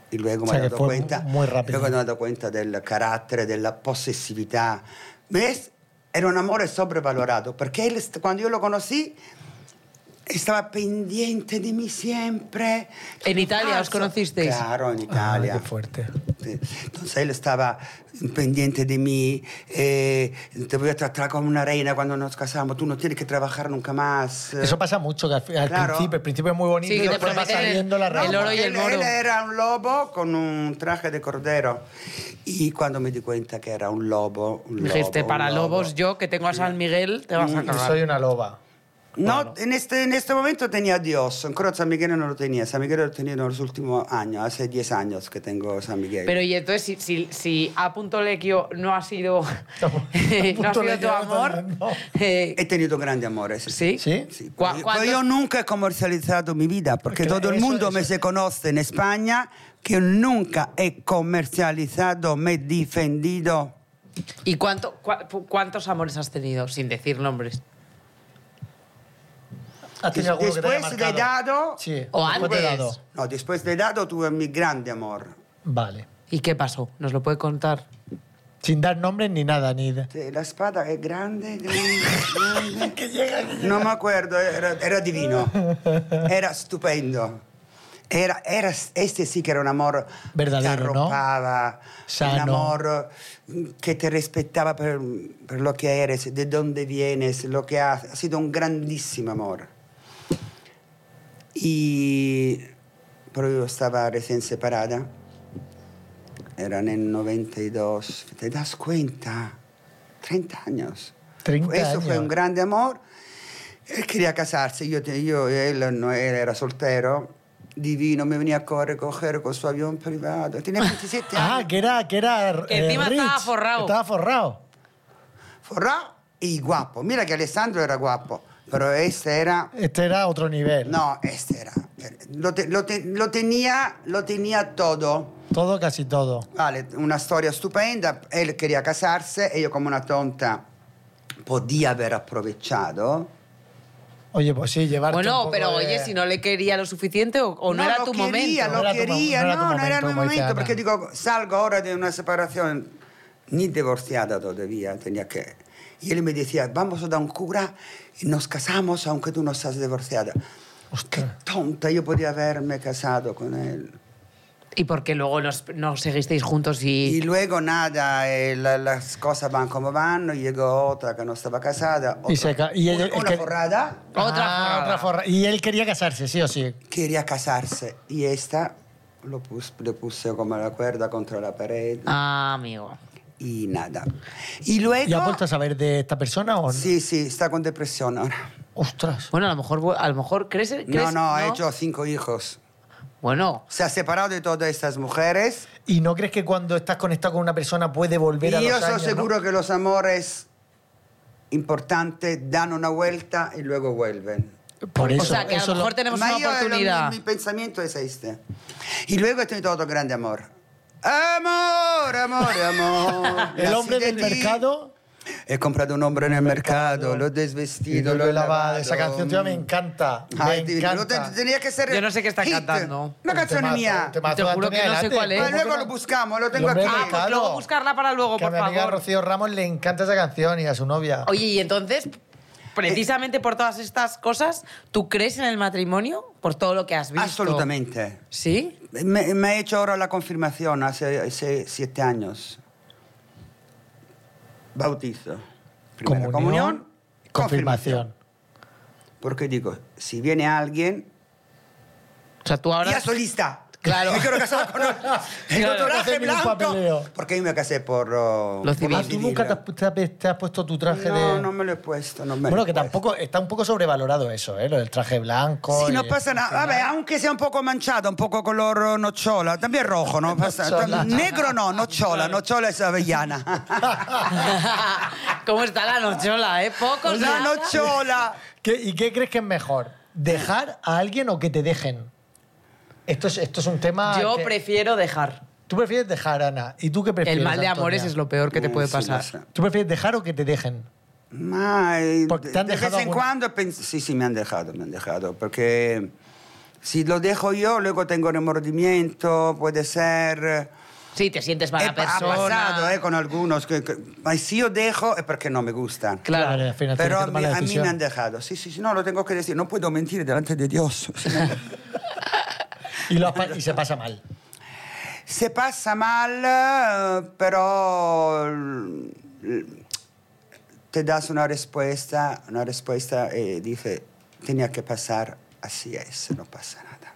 S4: Y luego
S3: O sea, que
S4: me he dado
S3: Cioè fue
S4: cuenta.
S3: muy rápido.
S4: Luego me he dado cuenta del carácter, de la posesividad. ¿Ves? Era un amor sobrevalorado, porque él, est- cuando yo lo conocí, estaba pendiente de mí siempre.
S2: En Italia os
S4: Falso.
S2: conocisteis.
S4: Ah, Claro, en
S3: Ah,
S4: Italia. Eh.
S3: qué fuerte.
S4: Sì. Entonces él estaba pendiente de mí, eh, te voy a tratar como una reina cuando nos casamos, tú no tienes que trabajar nunca más.
S3: Eso pasa mucho, que al, al
S4: Claro.
S3: principio, el principio es muy bonito
S2: Sí,
S3: y
S2: que te
S3: después va
S2: prometen el-
S3: saliendo la
S2: el
S3: realidad.
S2: oro y el
S4: él,
S2: moro.
S4: él era un lobo con un traje de cordero. Y cuando me di cuenta que era un lobo, un lobo,
S2: Dijiste,
S4: un
S2: para
S4: lobo".
S2: lobos, yo que tengo a San Miguel, te vas a
S3: Yo
S2: cagar.
S3: soy una loba.
S4: No, en este, en este momento tenía a Dios, ancora San Miguel no lo tenía, San Miguel lo tenía en los últimos años, hace 10 años que tengo San Miguel.
S2: Pero y entonces, si, si, si A. Lequio no ha sido, no ha
S3: Punto
S2: sido tu
S3: Lequio
S2: amor,
S3: también, no.
S2: eh,
S4: He tenido grande amores.
S2: ¿sí?
S3: ¿Sí?
S4: Sì,
S2: Qua-
S4: poi-
S2: quando- eh,
S4: poi io nunca ho commercializzato mi vita perché
S3: Perché
S4: tutto il
S3: eso-
S4: mondo
S3: eso-
S4: me se conosce in Spagna che io nunca he commercializzato, me difendido.
S2: ¿Y cuánto, cua- cuántos amores has tenido, sin decir nombres?
S3: ¿Has tenido alguno que te haya
S4: Después de
S3: marcado?
S4: dado,
S3: Sí.
S2: O
S3: después de
S2: antes.
S3: dado.
S4: no, después de dado tuve mi grande amor.
S3: Vale.
S2: ¿Y qué pasó? ¿Nos lo puede contar?
S3: Sin dar nombres ni nada, ni... de-
S4: Sì, Cioè, La spada è grande, grande, grande. Non mi acuerdo, era, era divino, era stupendo. Era, era, este sí que era un amor
S3: Verdadero,
S4: que
S3: ¿no?
S4: arropaba, un
S3: Sano.
S4: amor mm, que te respetaba por, por lo que eres, de dónde vienes, lo que haces. Ha sido un grandísimo amor. Y, pero yo estaba recién separada, era en el 92, ¿te das cuenta? 30 años.
S3: 30
S4: Eso fue
S3: años.
S4: un grande amor. Él quería casarse, yo, te- yo él no era, era soltero, divino, me venía a correr, coger con su avión privado. Tenía 27
S3: Ah,
S4: años.
S3: que era, que era eh,
S2: Que encima
S3: rich,
S2: estaba forrado.
S3: que Estaba forrado.
S4: Forrà y guapo. Mira que Alessandro era guapo, pero este era...
S3: Este era otro nivel.
S4: No, este era... Lo, te- lo te- lo tenía, lo tenía todo.
S3: Todo, casi todo.
S4: Vale, una storia stupenda, él quería casarse e io come una tonta podía haber aprovechado.
S3: Oye, pues sí, llevarte un
S2: Bueno,
S3: poco
S2: pero
S3: de-
S2: oye, si no le quería lo suficiente o, o no, era
S4: lo
S2: tu momento.
S4: quería, Lo
S3: No era tu
S4: quería,
S3: mo- no era tu
S4: no, no era il
S3: momento,
S4: mio
S3: Moicano.
S4: momento, perché dico, salgo ora di una separazione, ni divorciada todavía, tenía que... Y él me decía, vamos a dar un cura y nos casamos aunque tú no estás divorciada.
S3: Ostras.
S4: Tonta, yo podía haberme casado con él.
S2: Y porque luego nos, nos seguisteis juntos
S4: Y
S2: y...
S4: luego nada, eh, la- las cosas van como van, llegó otra que no estaba casada.
S3: Y
S4: otra-
S3: se ca- y
S4: una,
S3: ella-
S4: una
S3: que-
S4: forrada.
S2: Otra
S3: Ah,
S2: forrada.
S3: otra forra- Y él quería casarse, sí o sí.
S4: quería casarse y esta lo pus- le puse como la cuerda contra la pared
S2: Ah, amigo.
S4: y nada. Y luego...
S3: ¿Y has vuelto a saber de esta persona o no?
S4: Sí, sí, está con depresión ahora.
S3: Ostras.
S2: Bueno, a lo mejor, a lo mejor crees, crees-
S4: No, no, ha hecho cinco hijos.
S2: Bueno,
S4: Se ha separado de todas estas mujeres.
S3: ¿Y no crees que cuando estás conectado con una persona puede volver a
S4: y
S3: los
S4: yo soy
S3: años, no?
S4: seguro que los amores importantes dan una vuelta y luego vuelven.
S3: Por eso.
S2: o sea, que a
S3: eso
S2: lo
S3: lo-
S2: mejor tenemos
S4: Ma
S2: una
S4: io-
S2: oportunidad.
S4: Mi, mi pensamiento es este. Y luego he tenido otro grande amor. Amor, amor, amor.
S5: El
S4: Nací
S5: hombre
S4: de
S5: del
S4: ti.
S5: mercado.
S4: He comprado un hombre en el mercado, lo he desvestido,
S3: Lo
S4: lo
S3: he
S4: he lavado.
S3: lavado. Esa canción, tío, me encanta. Me
S4: Ay, tío, lo
S3: encanta.
S4: te- tenía que ser
S2: Yo no sé qué está
S4: hit.
S2: cantando.
S4: Una
S3: Un
S4: canción
S3: temazo,
S4: mía.
S3: un temazo,
S2: Te juro que
S3: Antonio,
S2: no sé
S3: adelante.
S2: cuál es.
S4: Ah,
S2: ¿Cómo
S4: luego lo buscamos, lo tengo
S3: El
S4: aquí.
S3: hombre
S2: Ah, pues
S3: Claro.
S2: luego buscarla para luego,
S3: Que a
S2: por
S3: mi amiga
S2: favor.
S3: Rocío Ramos le encanta esa canción y a su novia.
S2: Oye, y entonces, precisamente por todas estas cosas, ¿tú crees en el matrimonio? Por todo lo que has visto.
S4: Absolutamente.
S2: ¿Sí?
S4: Me, me he hecho ahora la confirmación hace, hace siete años. Bautizo. Primera comunión.
S3: Confirmación.
S4: Porque digo, si viene alguien,
S2: O sea, tú ahora...
S4: ya solista.
S2: Claro.
S4: Me quiero casar con otro. El
S2: Claro.
S4: otro traje
S3: Hacen un
S4: blanco.
S3: papeleo.
S4: Porque yo me casé por. oh,
S2: Lo
S4: por
S2: civil.
S4: lo
S3: Ah, tú nunca te has, pu- te has- te has puesto tu traje
S4: no,
S3: de.
S4: no me lo he puesto. No me lo
S3: bueno,
S4: he
S3: que
S4: puesto.
S3: tampoco está un poco sobrevalorado eso, ¿eh? Lo del traje blanco.
S4: Sí,
S3: y-
S4: no pasa nada. Vabbè, anche se un poco manchado, un poco color nocciola, también rojo, ¿no? Pasa-
S3: Nocciola.
S4: Negro no, nocciola, nocciola es avellana.
S2: ¿Cómo está la nochola, eh? Pocos
S4: La
S2: nada.
S4: nocciola.
S3: ¿Qué- ¿Y qué crees que es mejor? ¿Dejar a alguien o que te dejen? Esto es, esto es un tema.
S2: Yo
S3: que-
S2: prefiero dejar.
S3: Tú prefieres dejar, Ana. ¿Y tú qué prefieres?
S2: El mal de
S3: Antonia?
S2: amores es lo peor que te puede
S4: Sí, lo
S2: pasar.
S4: sé.
S3: ¿Tú prefieres dejar o que te dejen?
S4: Ma, eh,
S3: Porque te
S4: de
S3: han
S4: vez en
S3: dejado alguna-
S4: cuando pens- sí, sí, me han dejado, me han dejado, porque si lo dejo yo, luego tengo remordimiento, puede ser...
S2: Sí, te sientes
S4: Eh,
S2: mala
S4: pa- ha
S2: persona.
S4: pasado eh, con algunos, que, que- ay, si yo dejo es porque no me gustan.
S2: Claro.
S3: al final tienes
S4: Pero
S3: que
S4: a
S3: tomar
S4: mí,
S3: la
S4: a mí
S3: decisión.
S4: me han dejado, sí, sí, sí, no, lo tengo que decir, no puedo mentir delante de Dios.
S3: y, lo has pa- y se pasa mal.
S4: Se pasa mal, eh, pero l- l- te das una respuesta, una respuesta y dice, tenía que pasar, así es, no pasa nada.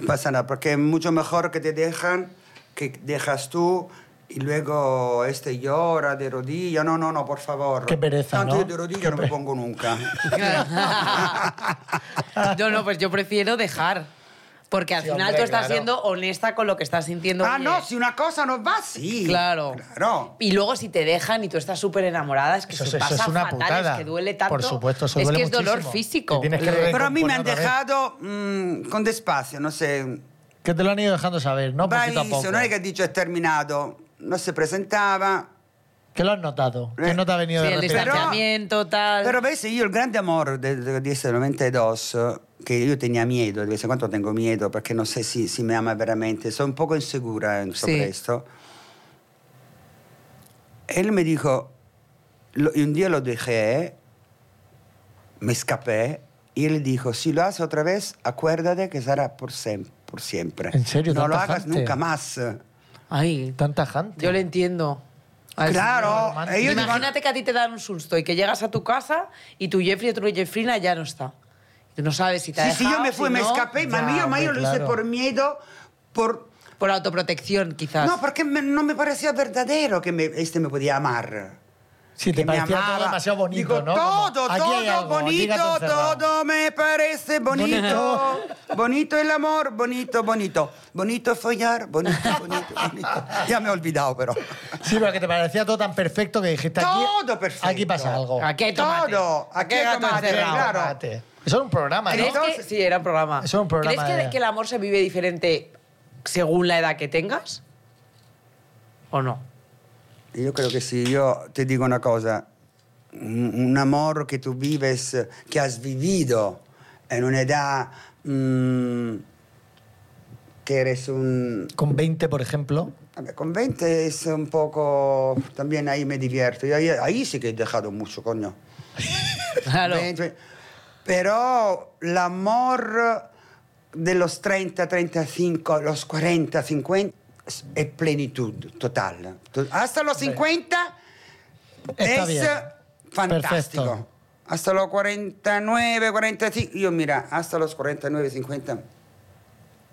S4: No pasa nada, porque es mucho mejor que te dejan, que dejas tú. Y luego este llora de rodillas. No, no, no, por favor.
S3: Qué pereza,
S4: Tanto
S3: ¿no?
S4: yo de rodillas no me pongo nunca.
S2: yo no, pues yo prefiero dejar. Porque al
S3: Sí,
S2: final
S3: hombre,
S2: tú estás
S3: claro.
S2: siendo honesta con lo que estás sintiendo.
S4: ah,
S2: Oye,
S4: no, si una cosa no va, sí.
S2: Claro.
S4: Claro.
S2: Y luego si te dejan y tú estás súper enamorada, es que
S3: Eso,
S2: se
S3: es- eso
S2: pasa
S3: es una
S2: fatal,
S3: putada.
S2: es que duele tanto.
S3: Por supuesto, eso
S2: es
S3: duele
S2: que es dolor
S3: muchísimo.
S2: físico.
S3: Te tienes que
S4: Pero a mí me han
S3: recomponer otra vez.
S4: dejado mm, con despacio, no sé.
S3: Que te lo han ido dejando saber, ¿no? Poquito a
S4: Bravissimo,
S3: poco.
S4: non è che dice è terminato, non si presentava.
S3: Que lo has notado. Que no te ha venido
S2: Sí,
S3: de
S2: el
S3: repente.
S4: distanciamiento.
S2: distanciamiento, tal.
S4: Però vedi, io il grande amore de- de- di essere veramente dos, che io tenia miedo, di vez in quando tengo miedo perché non so se si mi ama veramente, sono un poco insicura in questo
S2: Sì.
S4: questo. E lui mi dico, lo- un giorno lo dejé, me escapé, y él dijo, si lo haces otra vez, acuérdate que será por, sem- por siempre.
S3: ¿En serio?
S4: No
S3: ¿Tan
S4: lo hagas
S3: tajante?
S4: nunca más.
S2: Ay,
S3: Tan tajante.
S2: yo le entiendo.
S3: Ah,
S2: Al señor.
S4: Claro,
S3: romántico.
S4: e io dico,
S2: Imagínate que a ti te dan un susto y que llegas a tu casa y tu Jeffrey o tu Jeffrina ya no está. Y no sabes si te ha
S4: Sí, sí, yo
S2: dejado,
S4: me fui,
S2: si
S4: me
S2: no.
S4: escapé.
S3: Ya,
S4: Mamá, yo, ma, yo
S3: hombre,
S4: lo hice
S3: claro.
S4: por miedo, por...
S2: Por autoprotección, quizás.
S4: No, porque me- no me parecía verdadero que me- este me podía amar.
S3: Sí, te
S4: que me
S3: parecía todo
S4: amaba.
S3: demasiado bonito,
S4: Digo,
S3: ¿no? Como,
S4: Todo,
S3: aquí hay
S4: todo
S3: algo, aquí gato
S4: bonito,
S3: encerrado.
S4: todo me parece bonito.
S3: Bonito.
S4: bonito el amor, bonito, bonito. Bonito follar, bonito, bonito, bonito. Ya me he olvidado, pero.
S3: Sí, pero que te parecía todo tan perfecto que dijiste aquí.
S4: Todo perfecto.
S3: Aquí pasa algo.
S2: Aquí hay tomate.
S4: Todo, aquí hay
S2: gato
S4: tomate,
S2: encerrado.
S4: claro.
S3: Mate. Eso era un programa, ¿no?
S2: ¿Crees que,
S4: Entonces-
S2: sí, era un programa.
S3: Eso era un programa
S2: ¿Crees que,
S3: de-
S2: que el amor se vive diferente según la edad que tengas? ¿O no?
S4: Io credo che sì, io ti dico una cosa, un, un amor che tu vives, che has vivido en un'età mm, che eres un...
S3: Con 20, por ejemplo.
S4: Vabbè, con 20 es un poco... También ahí me divierto. Yo, ahí, ahí sí que he dejado mucho, coño.
S2: Claro.
S4: 20. Pero el amor de los 30, 35, los 40, 50 es- es plenitud total. To- Hasta los 50
S3: Está
S4: es
S3: bien.
S4: fantástico.
S3: Perfecto.
S4: Hasta los 49, 45. Yo, mira, hasta los 49, 50.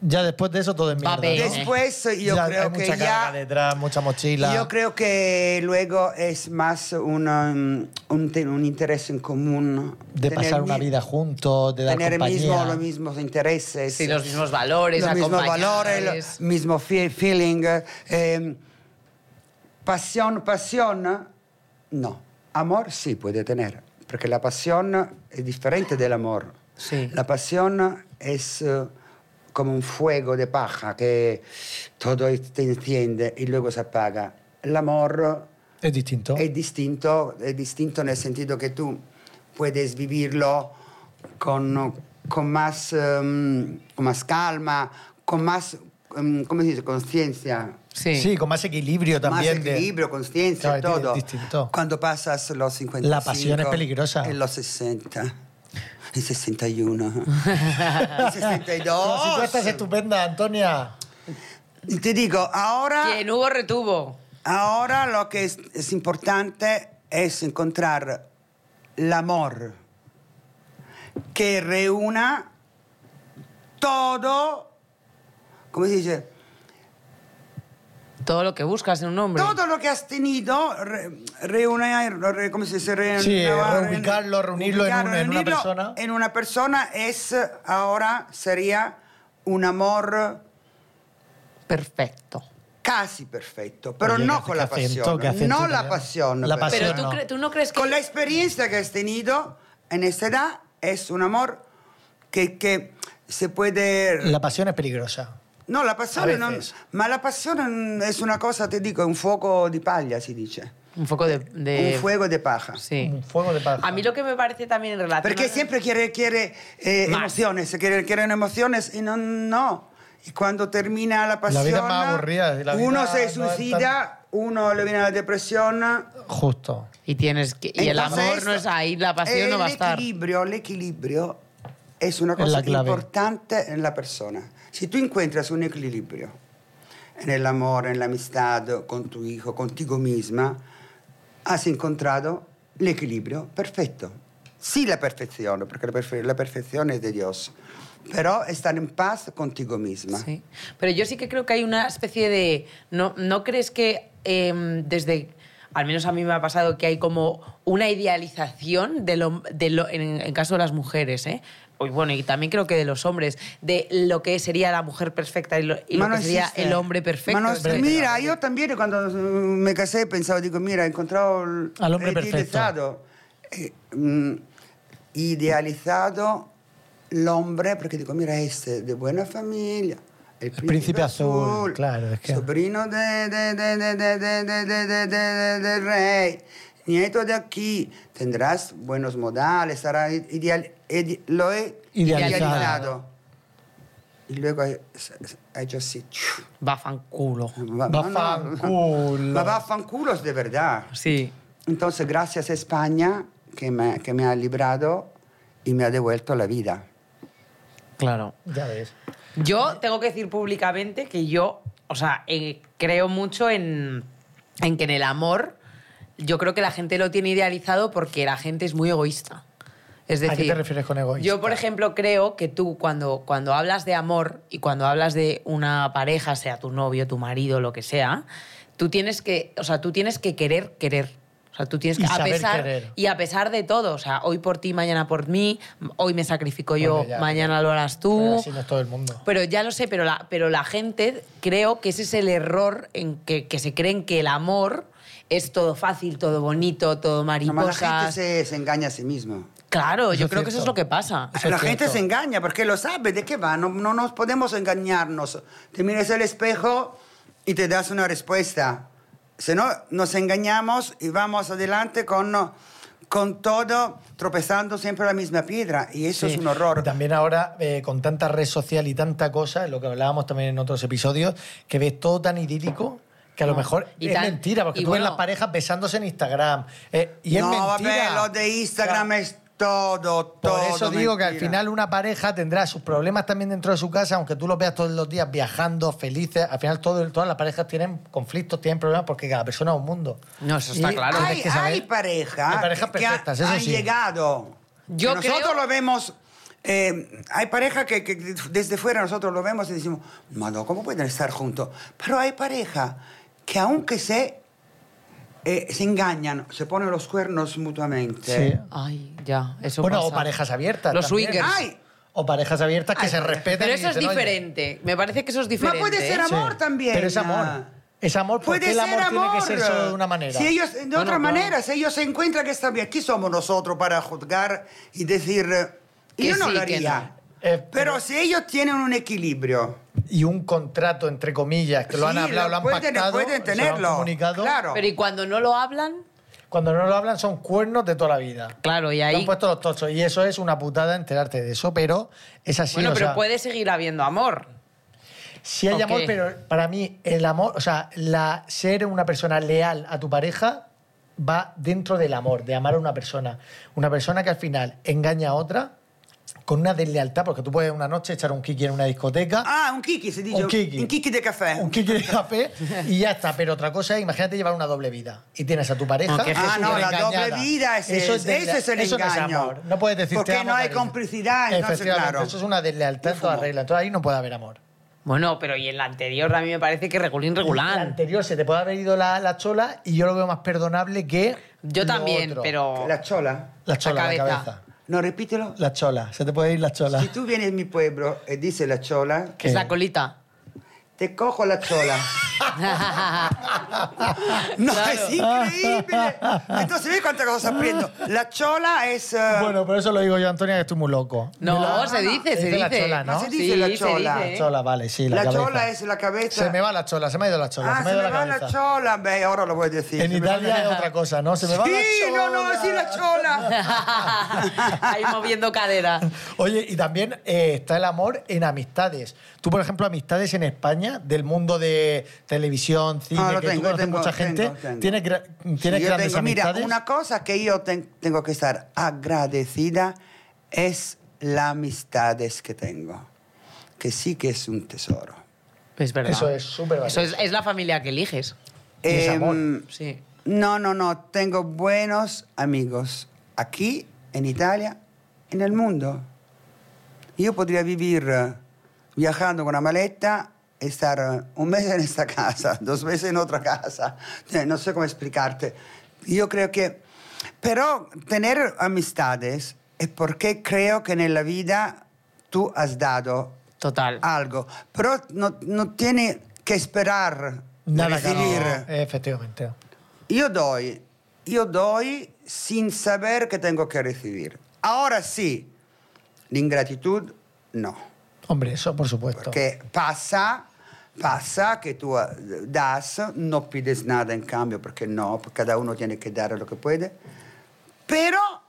S3: ya después de eso todo es mierda. ¿no?
S2: Papel.
S4: Después eh, yo
S3: Ya hay
S4: creo que
S3: mucha carga
S4: ya...
S3: detrás, mucha mochila.
S4: Yo creo que luego es más una, um, un, te- un interés en común.
S3: de
S4: Tener
S3: pasar una
S4: mi-
S3: vida juntos, de dar
S4: Tener el
S3: compañía.
S4: mismo, los mismos intereses.
S2: Sí, los mismos valores,
S4: los mismos valores,
S2: acompañantes.
S4: el mismo fe- feeling. eh, pasión, pasión, no. Amor sí puede tener, porque la pasión es diferente del amor.
S2: Sí.
S4: La pasión es eh, como un fuego de paja que todo te enciende y luego se apaga. El amor
S3: Es distinto.
S4: es distinto, es distinto nel sentido que tú puedes vivirlo con, con, más, em, con más calma, con más, em, ¿cómo se dice? Conciencia.
S2: Sí.
S3: Sí, con más equilibrio también.
S4: más
S3: de-
S4: equilibrio, conciencia,
S3: Claro, es
S4: todo.
S3: distinto.
S4: Cuando pasas los 55.
S3: La pasión es peligrosa.
S4: En los 60. En 61. en 62.
S3: Las encuestas estupendas, Antonia.
S4: Y Te digo, ahora...
S2: Quien hubo retuvo.
S4: Ahora lo que es, es importante es encontrar el amor que reúna todo, ¿cómo se dice?
S2: Todo lo que buscas en un hombre.
S4: Todo lo que has tenido, re- reúne, re- ¿cómo se dice? Re-
S3: Sí,
S4: re-
S3: reubicarlo, reunirlo en un- en una
S4: reunirlo
S3: persona.
S4: En una persona es, ahora sería un amor
S2: Perfecto.
S4: casi perfecto, pero
S3: Oye,
S4: no
S3: qué-
S4: con
S3: qué
S4: la
S3: acento,
S4: pasión.
S3: qué acento
S4: No la
S3: italiano.
S4: pasión.
S3: La
S4: pero-
S3: pasión.
S2: Pero tú,
S3: no.
S2: cre- tú no crees que...
S4: Con la experiencia que has tenido en esta edad, es un amor que, que se puede...
S3: La pasión es peligrosa.
S4: no, la passione
S3: A
S4: non...
S3: veces.
S4: Ma la passione è una cosa, te dico, è un fuoco di paglia, si dice.
S2: Un poco de... de-
S4: Un fuego de paja.
S2: Eh, Sí.
S3: Un fuego de paz.
S2: A mí lo que me parece también en relación...
S4: Perché
S2: a-
S4: sempre quiere, quiere eh,
S2: Más.
S4: emociones, quiere, quieren emociones y no... no. Y cuando termina la
S3: La
S4: pasión,
S3: vida es más aburrida, la vida
S4: uno
S3: no
S4: se
S3: es
S4: suicida, uno le viene la depresión.
S3: Justo.
S2: Y tienes que... Y el
S4: Entonces,
S2: amor no es ahí, la pasión
S4: el
S2: no va a estar.
S4: equilibrio, el equilibrio es una
S3: Es la
S4: cosa
S3: clave.
S4: importante en la persona. Si tú encuentras un equilibrio en el amor, en la amistad, con tu hijo, contigo misma, has encontrado el equilibrio perfecto. Sí, la perfección, porque la, perfe- la perfección es de Dios, pero estar en paz contigo misma.
S2: Sí. Pero yo sí que creo que hay una especie de... ¿No, no crees que em, desde... Al menos a mí me ha pasado que hay como una idealización de lo, de lo- en, en caso de las mujeres, ¿eh? Y bueno, y también creo que de los hombres, de lo que sería la mujer perfecta y lo, y lo
S4: Ma no
S2: que sería
S4: existe.
S2: el hombre perfecto.
S4: Ma no-
S2: etcétera.
S4: mira, yo también cuando mm, me casé pensaba, digo, mira, he encontrado el-
S3: Al hombre
S4: el
S3: perfecto.
S4: idealizado. Eh, mm, idealizado el hombre, porque digo, mira, este de buena familia. El príncipe,
S3: príncipe azul, claro, es que-
S4: Sobrino de- de- de- de- de- de- de- de- de- de- del rey, nieto de aquí, tendrás buenos modales, será ideal, ide- lo he
S3: Idealizado.
S4: idealizado. Y luego he he hecho así. chu.
S2: Bafanculo.
S4: Va- no, no.
S3: Vaffanculo.
S4: Va- vaffanculos de verdad.
S2: Sí.
S4: Entonces, gracias a España que me, que me ha librado y me ha devuelto la vida.
S2: Claro.
S3: Ya ves.
S2: Yo tengo que decir públicamente que yo, o sea, eh, creo mucho en, en que en el amor, yo creo que la gente lo tiene idealizado porque la gente es muy egoísta. Es
S3: ¿A qué
S2: decir,
S3: te refieres con egoísta?
S2: Yo, por ejemplo, creo que tú cuando, cuando hablas de amor y cuando hablas de una pareja, sea tu novio, tu marido, lo que sea, tú tienes que, o sea, tú tienes que querer querer. O sea, tú tienes
S3: Y
S2: que, a
S3: saber
S2: pesar,
S3: querer.
S2: y a pesar de todo, o sea, hoy por ti, mañana por mí, hoy me sacrifico yo,
S3: Hombre, ya,
S2: mañana lo harás tú.
S3: Pero así no es todo el mundo.
S2: Pero ya lo sé, pero la, pero la gente creo que ese es el error en que, que se creen que el amor es todo fácil, todo bonito, todo
S4: No, ma la gente
S2: mariposas.
S4: se, se engaña a sí misma.
S2: Claro,
S3: Eso
S2: yo
S3: es
S2: creo que eso
S3: cierto.
S2: es lo que pasa.
S3: Eso es
S4: la gente
S3: cierto.
S4: se engaña porque lo sabe de qué va. No, no nos podemos engañarnos. Te miras al espejo y te das una respuesta. Si no, nos engañamos y vamos adelante con, con todo tropezando siempre la misma piedra. Y eso
S3: Sí.
S4: es un horror.
S3: Y También ahora, eh, con tanta red social y tanta cosa, lo que hablábamos también en otros episodios, que ves todo tan idílico que a lo mejor
S2: Ah, Y
S3: es
S2: tan-
S3: mentira, porque
S2: y
S3: tú ves
S2: bueno-
S3: las parejas besándose en Instagram. eh, y es
S4: no,
S3: mentira.
S4: vabbè, lo de Instagram
S3: O sea,
S4: es todo, todo.
S3: Por eso digo que al
S4: mentira.
S3: final una pareja tendrá sus problemas también dentro de su casa, aunque tú los veas todos los días viajando, felices. Al final todo, todas las parejas tienen conflictos, tienen problemas, porque cada persona es un mundo.
S2: No, eso está
S3: Y
S2: claro.
S3: tienes
S4: Hay,
S3: que saber-
S4: hay parejas
S3: Hay parejas
S4: que ha-
S3: perfectas, eso
S4: han
S3: sí.
S4: llegado.
S2: Yo
S4: Que nosotros
S2: creo-
S4: lo vemos Eh, hay parejas que, que desde fuera nosotros lo vemos y decimos, mano, ¿cómo pueden estar juntos? Pero hay parejas que aunque se, eh, se engañan, se ponen los cuernos mutuamente.
S3: Sí.
S2: Ay, ya, eso
S3: bueno,
S2: pasa.
S3: o parejas abiertas.
S2: Los
S3: también.
S2: swingers.
S4: ¡Ay!
S3: O parejas abiertas que se respeten.
S2: Pero
S3: y
S2: eso es
S3: dicen, "Oye".
S2: diferente. Me parece que eso es
S4: Ma
S2: diferente.
S4: puede ser
S2: ¿eh?
S3: Sí.
S4: amor también.
S3: Pero es amor. Es amor porque
S4: Puede
S3: el amor,
S4: ser amor.
S3: tiene que ser solo de una manera.
S4: Si ellos, de
S2: Bueno,
S4: otra
S2: claro.
S4: manera, si ellos se encuentran que están bien, ¿quién somos nosotros para juzgar y decir, eh,
S2: Que
S4: yo no
S2: sí,
S4: lo
S2: que
S4: haría?
S3: no. Eh,
S4: pero si ellos tienen un equilibrio,
S3: Y un contrato, entre comillas, que lo han
S4: Sí,
S3: hablado, lo,
S4: lo
S3: han
S4: pueden-
S3: pactado,
S4: pueden
S3: se lo han
S4: tenerlo,
S3: comunicado.
S4: claro.
S2: Pero y cuando no lo hablan,
S3: Cuando no lo hablan son cuernos de toda la vida.
S2: claro, y
S3: Te
S2: ahí.
S3: han puesto los tochos. Y eso es una putada enterarte de eso, pero es así.
S2: bueno,
S3: o
S2: pero
S3: sea,
S2: puede seguir habiendo amor.
S3: Si hay
S2: ¿O
S3: amor,
S2: qué?
S3: pero para mí el amor, o sea, la, ser una persona leal a tu pareja va dentro del amor, de amar a una persona. Una persona que al final engaña a otra con una deslealtad, porque tú puedes una noche echar un kiki en una discoteca.
S4: ah, un kiki, se dice,
S3: Un kiki.
S4: de café.
S3: Un kiki de café y ya está. Pero otra cosa es, imagínate llevar una doble vida. Y tienes a tu pareja.
S2: No, qué
S4: Ah, no, la
S3: engañada.
S4: doble vida, ese es-
S3: desle-
S4: ese es el
S3: eso No, es
S4: engaño.
S3: amor. no puedes decir
S4: Porque
S3: te amo,
S4: no hay
S3: cariño.
S4: complicidad, entonces,
S3: Efectivamente,
S4: claro.
S3: Eso es una deslealtad en
S4: Yo
S3: toda
S4: fumo.
S3: regla. Entonces ahí no puede haber amor.
S2: Bueno, pero y en la anterior a mí me parece que regulín,
S3: El
S2: regulán.
S3: anterior se te puede haber ido la, la chola y yo lo veo más perdonable que.
S2: Yo
S3: lo
S2: también,
S3: otro.
S2: pero.
S4: La chola.
S3: La chola, la
S2: la
S3: cabeza.
S2: cabeza.
S4: No, repítelo.
S3: La chola, se te puede ir la chola.
S4: Si tú vienes a mi pueblo y dices la chola,
S2: Que es la colita.
S4: te cojo la chola. no, es increíble. Entonces, ¿ves cuántas cosas aprendo? La chola es... eh,
S3: Bueno, por eso lo digo yo, Antonia, que estoy muy loco.
S2: No,
S3: La-
S2: se dice,
S3: Es
S2: se
S3: de
S2: dice.
S3: la chola, ¿no?
S4: Se dice la chola.
S2: dice,
S3: La
S2: ¿eh?
S3: chola, vale, sí, la,
S4: la
S3: cabeza.
S4: chola es la cabeza.
S3: Se me va la chola, se me ha ido la chola.
S4: ah,
S3: se me ha ido la
S4: va
S3: cabeza.
S4: la chola. Beh, ahora lo voy a decir.
S3: En
S4: Se me va
S3: Italia es otra cosa, ¿no? Se me va
S4: Sí,
S3: la chola.
S4: no, no, sí, la chola.
S2: Ahí moviendo cadera.
S3: Oye, y también eh, está el amor en amistades. Tú, por ejemplo, amistades en España, del mundo de televisión, cine,
S4: Ah, lo
S3: que tú
S4: tengo,
S3: conoces
S4: tengo,
S3: mucha gente,
S4: tengo, tengo.
S3: tienes, gra- tienes
S4: Yo
S3: grandes
S4: tengo- mira,
S3: amistades.
S4: una cosa que yo ten- tengo que estar agradecida es las amistades que tengo, que sí que es un tesoro.
S2: Es verdad.
S3: Eso es súper
S2: Eso
S3: valioso.
S2: es, eh, es la familia que eliges.
S3: Y es
S4: Em,
S3: amor.
S2: Sí.
S4: No, no, no, tengo buenos amigos aquí, en Italia, en el mundo. Yo podría vivir eh, viajando con una maleta, estar eh, un mes en esta casa, dos meses en otra casa. Eh, No sé cómo explicarte. Yo creo que... Pero tener amistades es porque creo que en la vida tú has dado
S2: Total.
S3: Ah,
S4: algo, pero no, no tiene que esperar de
S3: Nada que
S4: recibir.
S3: no- Efectivamente.
S4: Io do, io do sin saber che tengo che ricevere. Ora sì, l'ingratitudine no.
S3: Hombre, eso por supuesto.
S4: Perché passa, passa che tu eh, das, non pides nada in cambio perché no, cada uno tiene che dare lo che può. Però,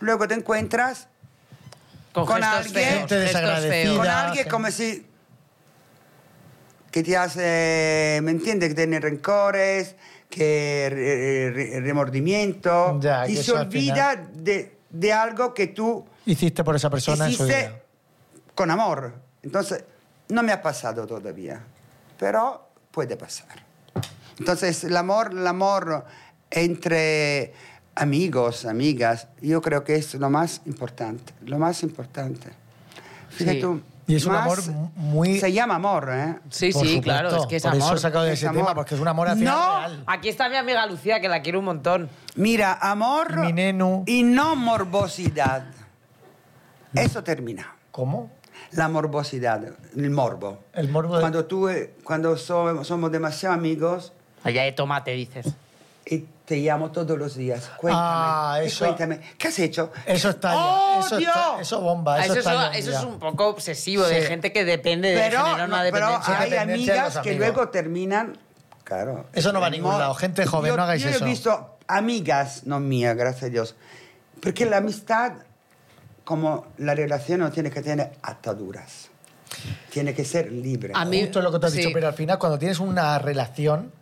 S4: luego te encuentras
S2: Con,
S4: con
S2: gestos
S4: alguien-
S2: feos,
S3: Gente
S2: gestos
S3: desagradecida.
S2: feos.
S4: con
S3: Ya,
S4: alguien
S3: sí.
S4: come si que te hace, ¿me entiendes? Que tiene rencores, que re- re- remordimiento,
S3: Ya, que
S4: y se
S3: eso al
S4: olvida de, de algo que tú
S3: Hiciste por esa persona en su
S4: hiciste
S3: vida.
S4: con amor. Entonces, no me ha pasado todavía, pero puede pasar. Entonces, el amor, el amor entre amigos, amigas, yo creo que es lo más importante, lo más importante. Fíjate
S2: Sí.
S4: tú,
S3: Y es un
S4: más-
S3: amor muy-
S4: Se llama amor, ¿eh?
S2: Sí,
S3: Por
S2: sí,
S3: supuesto.
S2: claro, es que es
S3: por Eso
S2: amor.
S3: he sacado de
S4: Es
S3: ese
S4: amor.
S3: tema, porque es un amor hacia
S4: No.
S3: real.
S2: Aquí está mi amiga Lucía, que la quiero un montón.
S4: Mira, amor
S3: Mi nenu.
S4: y no morbosidad. Eso termina.
S3: ¿Cómo?
S4: La morbosidad, el morbo.
S3: El morbo de-
S4: Cuando tú, eh, cuando so- somos demasiado amigos
S2: Allá de tomate, dices.
S4: y te llamo todos los días. Cuéntame.
S3: Ah,
S4: y
S3: eso- Eh,
S4: cuéntame. ¿Qué has hecho?
S3: Eso está ya,
S4: ¡Oh,
S3: eso,
S4: Dios!
S3: está- eso bomba.
S2: Ah,
S3: Eso,
S2: Eso,
S3: está
S2: es,
S3: ya,
S2: eso
S3: ya.
S2: es un poco obsesivo de
S3: Sí.
S2: gente que depende de
S4: Pero,
S2: generar una
S4: no, pero
S2: dependencia.
S4: hay
S3: Dependencia de los
S4: amigas que
S3: amigos.
S4: luego terminan. Claro.
S3: Eso no va a
S4: el
S3: ningún
S4: mor-
S3: lado. Gente joven,
S4: Yo-
S3: no hagáis eso.
S4: Yo he visto amigas, no mía, gracias a Dios. Porque la amistad, como la relación, no tiene que tener ataduras. Tiene que ser libre.
S2: A mí-
S3: Justo lo que te has
S2: sí.
S3: dicho, pero al final cuando tienes una relación,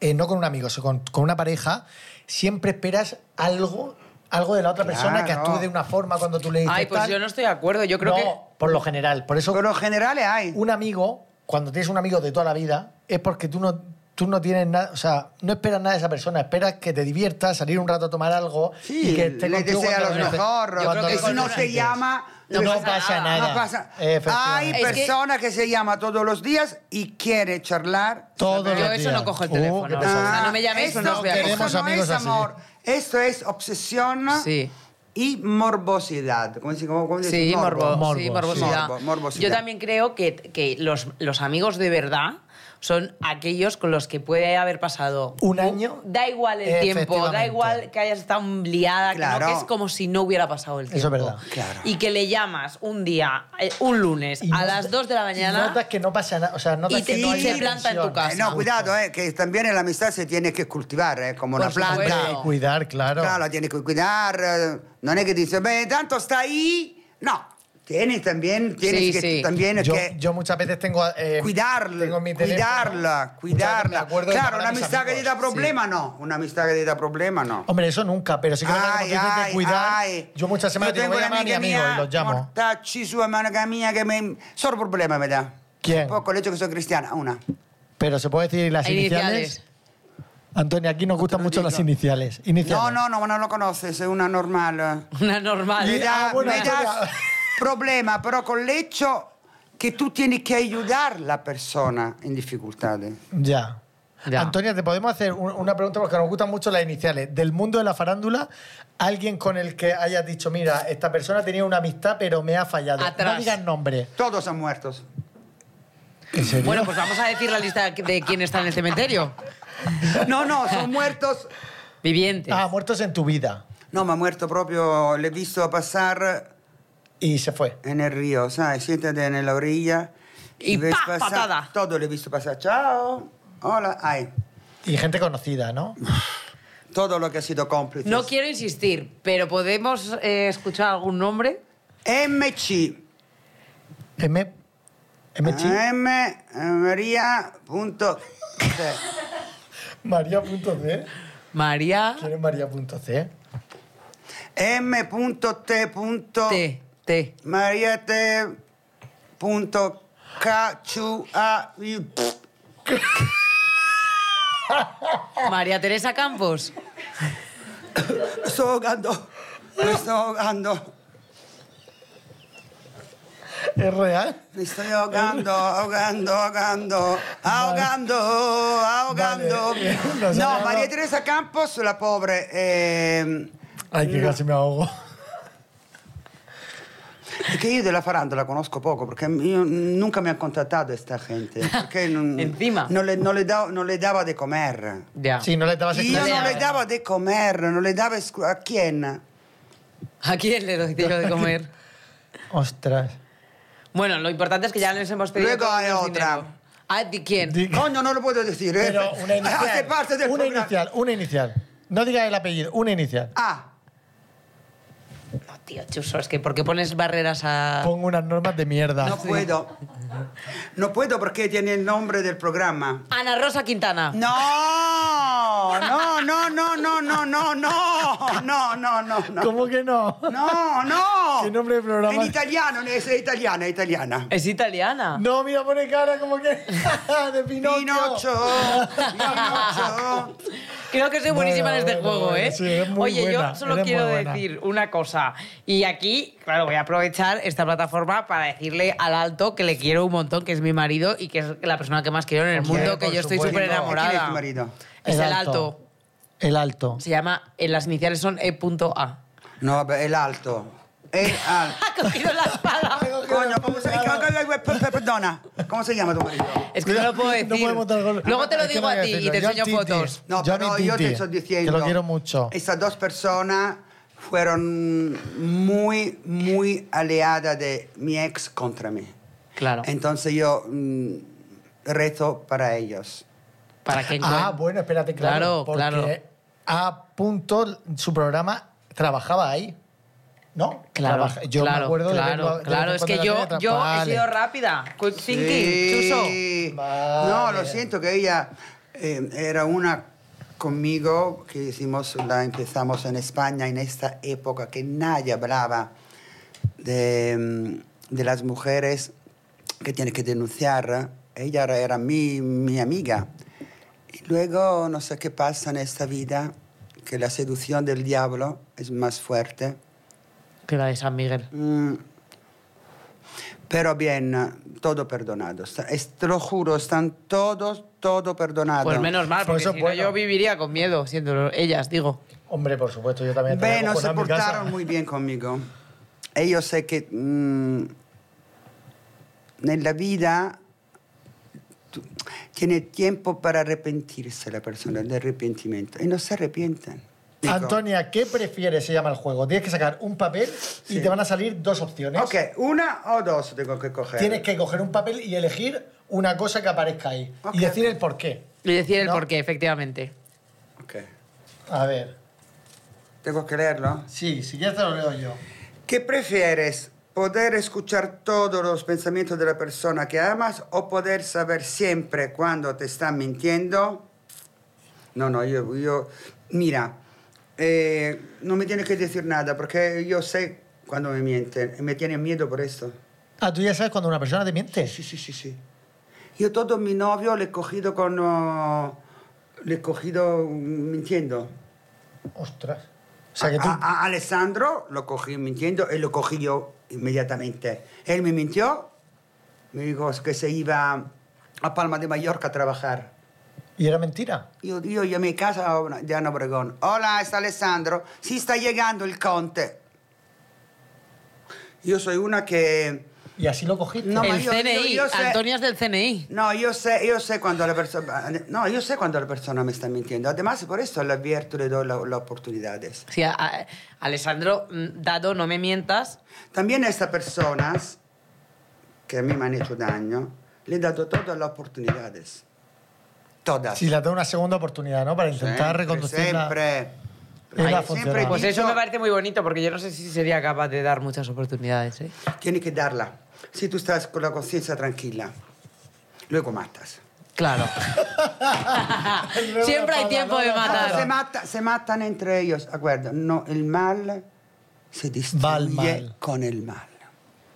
S3: eh, no con un amigo, sino con, con una pareja, siempre esperas algo, algo de la otra persona que
S4: Claro.
S3: actúe de una forma cuando tú le dices
S2: Ay, pues
S3: tal.
S2: yo no estoy de acuerdo. Yo creo
S3: No,
S2: que.
S3: por lo general. Por eso
S4: Por lo general hay.
S3: un amigo, cuando tienes un amigo de toda la vida, es porque tú no... tú tú no tienes nada, o sea, no esperas nada de esa persona, esperas que te diviertas, salir un rato a tomar algo y que esté
S4: le
S3: contigo
S4: desea
S3: cuando
S4: lo
S3: neces-
S4: mejor.
S3: cuando
S4: que
S3: lo
S4: si no se
S3: necesites.
S4: llama...
S3: No
S4: pues,
S3: pasa nada.
S4: no pasa- Hay
S3: Efectivamente.
S2: Es que-
S4: personas que... se llama todos los días y quiere charlar. Ah,
S3: Todos
S2: Yo
S3: los
S2: eso
S3: días.
S2: no cojo el
S3: Uh,
S2: teléfono.
S3: qué
S2: O
S3: pesado.
S2: sea, no me llaméis,
S4: esto,
S2: no os voy a
S4: esto
S3: Queremos
S4: no
S3: amigos
S4: es
S3: así.
S4: amor. Esto es obsesión
S2: Sí.
S4: y morbosidad. ¿Cómo se cómo- cómo se dice? Eh,
S2: Sí, morbo,
S3: Morbo,
S2: sí,
S3: sí.
S2: morbosidad.
S4: Morbo, morbosidad.
S2: Yo también creo que, que los, los amigos de verdad son aquellos con los que puede haber pasado
S3: Un año.
S2: Da igual el tiempo, da
S3: Efectivamente.
S2: igual que hayas estado liada, que no,
S4: Claro.
S2: que es como si no hubiera pasado el
S3: Eso
S2: tiempo.
S3: es verdad.
S4: Claro.
S2: Y que le llamas un día, eh, un lunes,
S3: Y
S2: a
S3: notas-
S2: las 2 de la
S3: Y
S2: mañana.
S3: notas que no pasa nada, o sea, notas
S2: Y te-
S3: que no
S2: y
S3: hay
S2: se planta en tu
S3: tensión.
S2: casa.
S4: Eh, no, cuidado, eh, que también la amistad se tiene que cultivar, eh, como una
S2: Por
S4: planta.
S2: supuesto.
S3: Hay que cuidar, claro.
S4: Claro, la tienes que cuidar. eh, No es que dices, "Ve, tanto está ahí. No, tienes también, tienes
S2: Sí,
S4: que,
S2: sí.
S4: También
S3: Yo,
S4: que
S3: yo muchas veces tengo... eh,
S4: cuidarla,
S3: tengo mi teléfono.
S4: cuidarla,
S3: Muchas veces me
S4: cuidarla.
S3: acuerdo de
S4: Claro,
S3: llamar a
S4: una
S3: mis
S4: amistad que te
S3: amigos. Oh,
S4: da problema, no. Una amistad que te da problema, no.
S3: Hombre, eso nunca, pero sí que lo tengo
S4: Ay,
S3: que hay que
S4: ay,
S3: cuidar.
S4: ay.
S3: Yo muchas semanas digo, voy a
S4: una
S3: llamar a mi amigo
S4: mía,
S3: y los llamo.
S4: Mortacci, su amiga mía, que me... Solo problema me da.
S3: ¿Quién?
S4: Poco el hecho que soy cristiana, una.
S3: Pero se puede decir las iniciales.
S2: Iniciales.
S3: Antonio, aquí nos gustan mucho las iniciales. Iniciales.
S4: No, no, no, no lo conoces, es una normal.
S2: Una normal.
S4: Mi da,
S3: Ah, bueno,
S4: mi da
S3: allora-
S4: problema però con l'eccio che tu tieni che aiutare la persona in difficoltà.
S3: Ya.
S2: Ya.
S3: Antonia, te podemos hacer un- una pregunta porque nos gustan mucho las iniciales. Del mundo de la farándula, alguien con el que hayas dicho, mira, esta persona tenía una amistad, pero me ha fallado.
S2: Atrás.
S3: No digas nombre.
S4: Todos son muertos.
S3: ¿En serio?
S2: Bueno, pues vamos a decir la lista de quién está en el cementerio.
S4: No, no, son muertos.
S2: Vivientes.
S3: ah, muertos en tu vida.
S4: No, ma muerto proprio, l'ho visto passare
S3: Y se fue.
S4: nel rio, sai, siete nella orilla.
S2: Y
S4: ves
S2: pa,
S4: pasar-
S2: patada.
S4: Todo l'ho visto passare. Ciao, hola, ai.
S3: Y gente conocida, ¿no?
S4: Todo lo que ha sido cómplice.
S2: No quiero insistir, pero ¿podemos eh, escuchar algún nombre?
S4: MC.
S3: M. MG.
S4: M. María. Punto. C.
S3: María.c.
S2: María
S3: ¿Quién es María.c?
S4: M. punto T. punto-
S2: T. T.
S4: Mariette punto cachu a y-
S2: María Teresa Campos.
S4: estoy ahogando me estoy ahogando
S3: ¿Es real?
S4: me estoy ahogando ahogando ahogando ahogando ahogando
S3: Vale. Lo
S4: no
S3: sabemos.
S4: María Teresa Campos la pobre eh,
S3: Ay, que casi me ahogo.
S4: è che io della farandola conosco poco perché io nunca mi ha contattato questa gente perché non,
S2: Encima.
S4: non, le, non, le davo, non le dava de comer
S2: Ya.
S3: Sí, no le dabas
S4: io
S3: explicación.
S4: non le davo de comer non le davo escu- a chi
S2: ¿A quién le doy dinero de comer?
S3: Ostras.
S2: Bueno, lo importante es que ya les hemos pedido.
S4: Luego
S2: todos
S4: hay
S2: los
S4: otra.
S2: dinero. ¿A ti quién?
S3: Di-
S4: Coño, no lo puedo decir. eh.
S3: Pero una
S4: Hace
S3: inicial.
S4: parte del
S3: una
S4: programa.
S3: inicial, una inicial. No digas el apellido, una inicial.
S4: Ah,
S2: No, tío, chuso, es que porque pones barreras a.
S3: Pongo unas normas de mierda.
S4: no puedo. No puedo porque tiene el nombre del programa.
S2: Ana Rosa Quintana.
S4: No, no, no, no, no, no, no, no, no, no, no, no.
S3: ¿Cómo que no?
S4: No, no.
S3: ¿Qué nombre del programa?
S4: En italiano, es italiana, italiana.
S2: Es italiana.
S3: No, mira, pone cara como que. de Pinocho.
S4: Pinocho, Pinocho.
S2: Creo que soy
S3: Bueno,
S2: buenísima en este
S3: bueno,
S2: juego,
S3: bueno,
S2: ¿eh?
S3: sí, eres muy
S2: Oye,
S3: buena,
S2: yo solo
S3: eres muy
S2: quiero
S3: buena.
S2: decir una cosa. Y aquí, claro, voy a aprovechar esta plataforma para decirle al alto que le quiero un montón, que es mi marido y que es la persona que más quiero en el
S3: Hombre,
S2: mundo, que
S3: por
S2: yo estoy
S3: supuesto.
S2: súper
S4: ¿Quién es tu
S2: enamorada.
S4: marido?
S2: Es el alto.
S3: El alto.
S2: Se llama, en las iniciales son E E.A.
S4: No, vabbè, è l'alto. È alto.
S2: Ha cogido la espada.
S4: Coño, ¿cómo se llama? Perdona, ¿cómo se llama tu marido?
S2: Es que no lo puedo decir.
S3: No podemos dar gol-
S2: Luego te lo
S3: Es que
S2: digo
S3: no voy
S2: a ti y te
S3: decirlo. Yo
S2: enseño
S3: Titi.
S2: fotos.
S4: No,
S3: Johnny
S4: pero yo
S3: Titi,
S4: te estoy diciendo.
S3: que lo quiero mucho.
S4: Esas dos personas fueron muy, muy aliadas de mi ex contra mí.
S2: Claro.
S4: Entonces yo mm, rezo para ellos.
S2: Para que encuent-
S3: Ah, bueno, espérate,
S2: Claro,
S3: claro. porque
S2: claro.
S3: A punto, su programa trabajaba ahí. ¿No?
S2: Claro,
S3: Trabaja- yo
S2: claro,
S3: me acuerdo de
S2: claro,
S3: verlo- de vez
S2: claro.
S3: en
S2: Es
S3: cuando
S2: que
S3: la
S2: yo,
S3: tenía
S2: yo he
S3: atrapada.
S2: sido rápida. Quick thinking, chuso.
S4: Sí.
S3: Vale.
S4: No, lo siento que ella eh, era una conmigo que hicimos, la empezamos en España en esta época que nadie hablaba de, mm, de las mujeres que tienen que denunciar. Ella era, era mi, mi amiga Y luego no sé qué pasa en esta vida, que la seducción del diablo es más fuerte.
S2: Que la de San Miguel.
S4: Mm. Pero bien, todo perdonado. Está- es- te lo juro, están todos, todo perdonado.
S2: Pues menos mal,
S3: Ah, Por
S2: porque
S3: eso
S2: si
S3: puedo.
S2: no yo viviría con miedo, siendo ellas, digo.
S3: Hombre, por supuesto, yo también. estaría
S4: Bueno, se
S3: acojonado en mi casa.
S4: portaron muy bien conmigo. Ellos sé que mm, en la vida tú- tiene tiempo para arrepentirse la persona, de arrepentimiento. Y no se arrepientan. Digo,
S3: Antonia, ¿qué prefieres? Se llama el juego. Tienes que sacar un papel y
S4: Sí.
S3: te van a salir dos opciones.
S4: Ok, una o dos tengo que coger.
S3: Tienes que coger un papel y elegir una cosa que aparezca ahí.
S4: Ok.
S3: Y decir el por qué.
S2: Y decir el
S3: No.
S2: porqué, efectivamente.
S4: Ok.
S3: A ver.
S4: Tengo que leerlo.
S3: Sí, si quieres te lo leo yo.
S4: ¿Qué prefieres? ¿Poder escuchar todos los pensamientos de la persona que amas o poder saber siempre cuando te están mintiendo? No, no, yo... yo- mira, eh, no me tienes que decir nada porque yo sé cuando me mienten. y Me tienen miedo por esto.
S3: Ah, tú ya sabes cuando una persona te miente.
S4: Sí, sí, sí, sí. Yo todo mi novio le he cogido con... oh, le he cogido mm, mintiendo.
S3: Ostras. O sea que tú.
S4: A, a- a Alessandro lo cogí mintiendo y lo cogí yo inmediatamente. Él me mintió, me dijo que se iba a Palma de Mallorca a trabajar.
S3: Y era mentira.
S4: Yo, yo llamé a casa a Obra- de Ana Obregón. Hola, es Alessandro. Sí está llegando el conte. Yo soy una que...
S3: Y así lo cogiste.
S4: No, ma-
S2: el
S4: yo-
S2: CNI,
S4: yo- yo sé-
S2: Antonia es del CNI.
S4: No, yo sé, yo sé cuando la persona... No, yo sé cuando la persona me está mintiendo. Además, por eso le advierto, le doy las oportunidades.
S2: Sí, a- a- Alessandro, mm, dado, no me mientas.
S4: También a estas personas que a mí me han hecho daño, le he dado todas las oportunidades. Todas.
S3: Si la da una segunda oportunidad, ¿no? Para intentar
S4: Siempre,
S3: reconducirla.
S4: Siempre.
S3: Él
S4: Ay,
S3: ha
S4: siempre
S3: funcionado.
S2: Pues
S4: he
S2: eso me
S4: dicho,
S2: parece muy bonito, porque yo no sé si sería capaz de dar muchas oportunidades. ¿eh?
S4: Tienes que darla. Si tú estás con la conciencia tranquila, luego matas.
S2: Claro. Siempre hay tiempo de
S4: Ah, se,
S2: matar.
S4: mata- se matan entre ellos. Ah, Guarda, no, el mal se
S3: Va al
S4: distribuye
S3: mal.
S4: con el mal.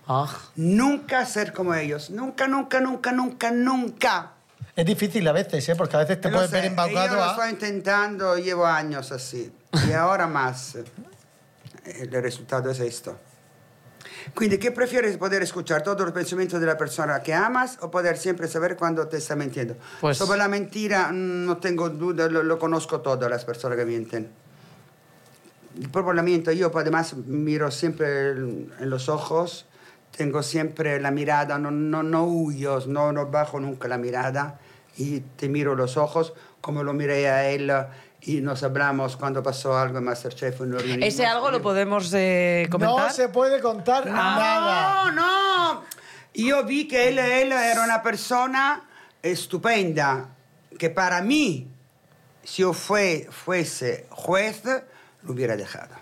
S2: Ah.
S4: Nunca ser como ellos. Nunca, nunca, nunca, nunca, nunca.
S3: Es difícil a veces, ¿eh? Porque a veces te
S4: Lo
S3: puedes
S4: sé,
S3: ver
S4: Yo
S3: embaucado
S4: lo
S3: a...
S4: estoy intentando, llevo años así. Y ahora más. El resultado es esto. Quindi, ¿qué prefieres poder escuchar todos los pensamientos de la persona que amas o poder siempre saber cuando te está mintiendo?
S2: Pues-
S4: Sobre la mentira, mm, no tengo duda, lo, lo conozco todo, las personas que mienten. Proprio la miento, yo pues, además miro siempre el- en los ojos, tengo siempre la mirada, no, no, no huyo, no, no bajo nunca la mirada y te miro los ojos como lo miré a él y nos hablamos cuando pasó algo en Masterchef. nos reunimos.
S2: Ese algo lo podemos eh, comentar.
S3: No se puede contar nada.
S4: No, no. Io vi che él, él era una persona eh, stupenda, che para mí, si yo fue, fuese juez, lo hubiera dejado.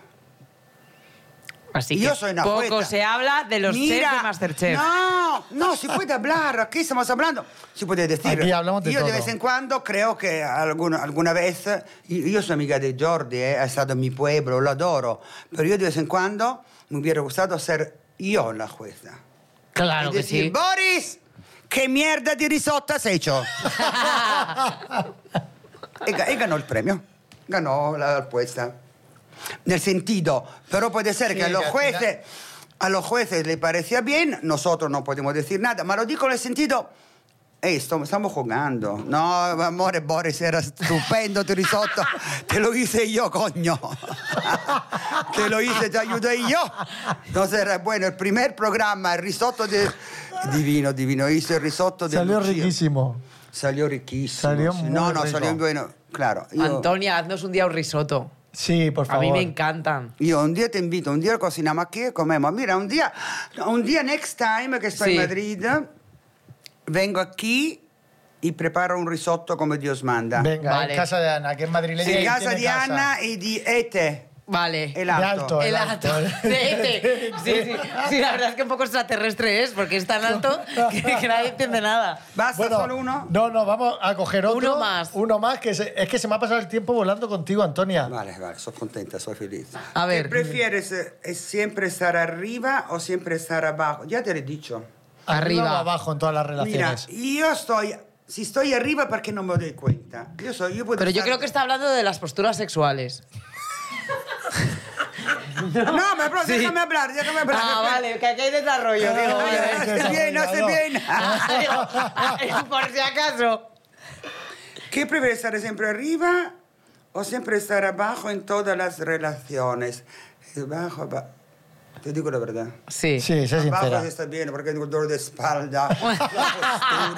S2: Así
S4: Y
S2: que
S4: yo soy una
S2: poco
S4: poeta.
S2: se habla de los
S4: Mira,
S2: chefs de Masterchef.
S4: No, no, si puede hablar. Aquí estamos hablando. Si puede decir.
S3: Aquí hablamos de
S4: yo de
S3: todo.
S4: vez en cuando creo que alguna, alguna vez. Yo, yo soy amiga de Jordi, eh, ha estado en mi pueblo, lo adoro. Pero yo de vez en cuando me hubiera gustado ser yo la jueza.
S2: Claro
S4: y
S2: que
S4: decir,
S2: sí.
S4: Boris, ¿qué mierda de risotto has hecho? y, ga- y ganó el premio. Ganó la apuesta. Nel sentido, pero puede ser
S3: Sí,
S4: que a los
S3: que al
S4: jueces, a los jueces les parecía bien, nosotros no podemos decir nada, pero lo digo en el sentido, "Ey, sto- estamos jugando. No, amore, Boris, era estupendo tu risotto, te lo hice yo, coño. te lo hice, te ayudé yo. Entonces era bueno, el primer programa, el risotto de... Divino, divino, hice el risotto de
S3: Salió
S4: Lucia.
S3: riquísimo.
S4: Salió riquísimo.
S3: Salió
S4: sí.
S3: muy
S4: no, no,
S3: rico.
S4: salió bueno. Claro. Io,
S2: Antonia, haznos un día un risotto.
S3: Sí,
S2: A
S3: por favor.
S2: mí me encantan.
S4: io un día te invito, un día cociniamo aquí e comemos. Mira, un día, un día next time che sto
S2: Sì.
S4: in Madrid, vengo aquí y preparo un risotto come Dios manda.
S3: Venga,
S2: Vale.
S3: en casa de Ana, que es madrileña.
S4: In
S3: y
S4: casa
S3: tiene
S4: di
S3: casa.
S4: Anna e di Ete,
S2: Vale.
S4: e
S3: De
S4: l'alto.
S3: alto.
S2: El
S3: el
S2: alto.
S3: alto.
S2: De este. Sí, sí. Sí, la verdad es que un poco extraterrestre es, porque es tan alto que, que nadie entiende nada.
S4: Basta
S3: Bueno,
S4: solo uno?
S3: No, no, vamos a coger otro.
S2: Uno más.
S3: Uno más, que se- es que se me ha pasado el tiempo volando contigo, Antonia.
S4: Vale, vale, sono contenta, sono felice.
S2: A ver.
S4: ¿Prefieres eh, siempre estar arriba o siempre estar abajo? Ya te lo he dicho.
S3: Arriba
S2: Arriba.
S3: o abajo en todas las
S4: Mira,
S3: relaciones.
S4: yo estoy Si estoy arriba, ¿por qué no me doy cuenta? Yo soy, yo puedo
S2: Pero yo
S4: estar-
S2: creo que está hablando de las posturas sexuales.
S4: No, me pero déjame hablar, déjame hablar.
S2: Ah, vale, que aquí hay desarrollo.
S4: Ay,
S2: Digo,
S4: ay,
S2: oye,
S4: ay, hace bien, hace bien.
S2: digo, por si acaso.
S4: ¿Qué prefieres estar siempre arriba o siempre estar abajo en todas las relaciones? Abajo, abajo. Te digo la verdad.
S2: Sí.
S3: Sí, sé
S4: Abajo
S3: sincera.
S4: se está bien porque tengo dolor de espalda, la postura, Ah,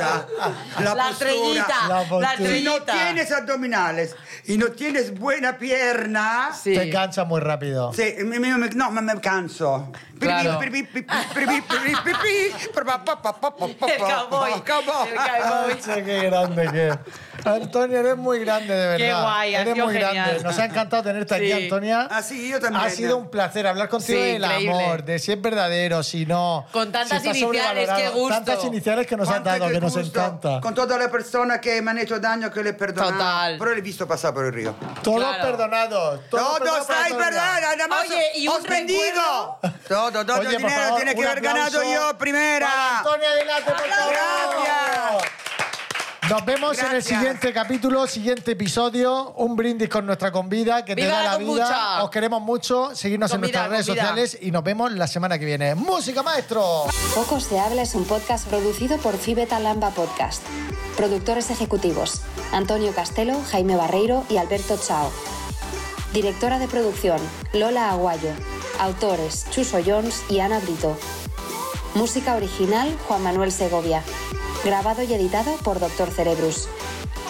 S2: La
S4: la, postura.
S2: estrellita.
S3: La postura.
S2: La
S4: Si no
S2: estrellita.
S4: tienes abdominales y no tienes buena pierna,
S2: Sí.
S3: Te cansa muy rápido.
S4: Sí, mi- mi- mi- no, me, me canso.
S2: Claro.
S4: Pri- pri- pri- pri- pri- pri- pri- pri- pa- pa- pa- pa- pa- pa- pa-
S2: El cowboy.
S4: El cowboy.
S2: El cowboy.
S3: Ah, Che, qué grande que es. Antonia, eres muy grande, de verdad.
S2: Qué guay, ha
S3: Eres
S2: sido
S3: muy grande.
S2: genial.
S3: Nos ha encantado tenerte aquí,
S2: Sí.
S3: Antonia.
S4: Ah, sí, yo también.
S3: Ha sido un placer hablar contigo
S2: Sí,
S3: del
S2: increíble.
S3: amor, de si es verdadero, si no.
S2: Con tantas
S3: si está
S2: iniciales, qué
S3: sobrevalorado.
S2: gusto.
S3: Tantas iniciales que nos han
S4: Quanto
S3: dado,
S4: che
S3: que nos
S4: gusto
S3: encanta.
S4: Con todas las personas que me han hecho daño, que le he perdonado.
S2: Total.
S4: Pero le he visto pasar por el río.
S3: Todos
S2: Claro.
S3: perdonados.
S4: Todo,
S3: perdonados por
S4: estáis
S3: Antonia.
S4: verdad, nada más.
S2: Oye, y un
S4: os bendigo. Todo, todo
S3: Oye,
S4: el
S3: por
S4: dinero
S3: favor,
S4: tiene que
S3: un
S4: haber ganado
S3: aplauso
S4: yo
S3: para
S4: primera.
S3: Antonia Delate, por favor.
S4: Gracias.
S3: Nos vemos en el
S4: Gracias.
S3: siguiente capítulo, siguiente episodio. Un brindis con nuestra convida que te
S2: ¡Viva
S3: da
S2: la
S3: la vida.
S2: kombucha!
S3: Os queremos mucho. Seguirnos
S2: Convida,
S3: en nuestras redes
S2: convida.
S3: sociales y nos vemos la semana que viene. ¡Música, maestro!
S6: Poco se habla es un podcast producido por Fibeta Lamba Podcast. Productores ejecutivos: Antonio Castelo, Jaime Barreiro y Alberto Chao. Directora de producción: Lola Aguayo. Autores: Chuso Jones y Ana Brito. Música original: Juan Manuel Segovia. Grabado y editado por Doctor Cerebrus.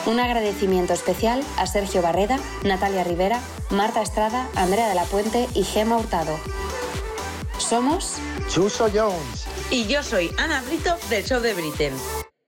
S6: Un agradecimiento especial a Sergio Barreda, Natalia Rivera, Marta Estrada, Andrea de la Puente y Gema Hurtado. Somos
S3: Chuso Jones.
S7: Y yo soy Ana Brito del Show de Britain.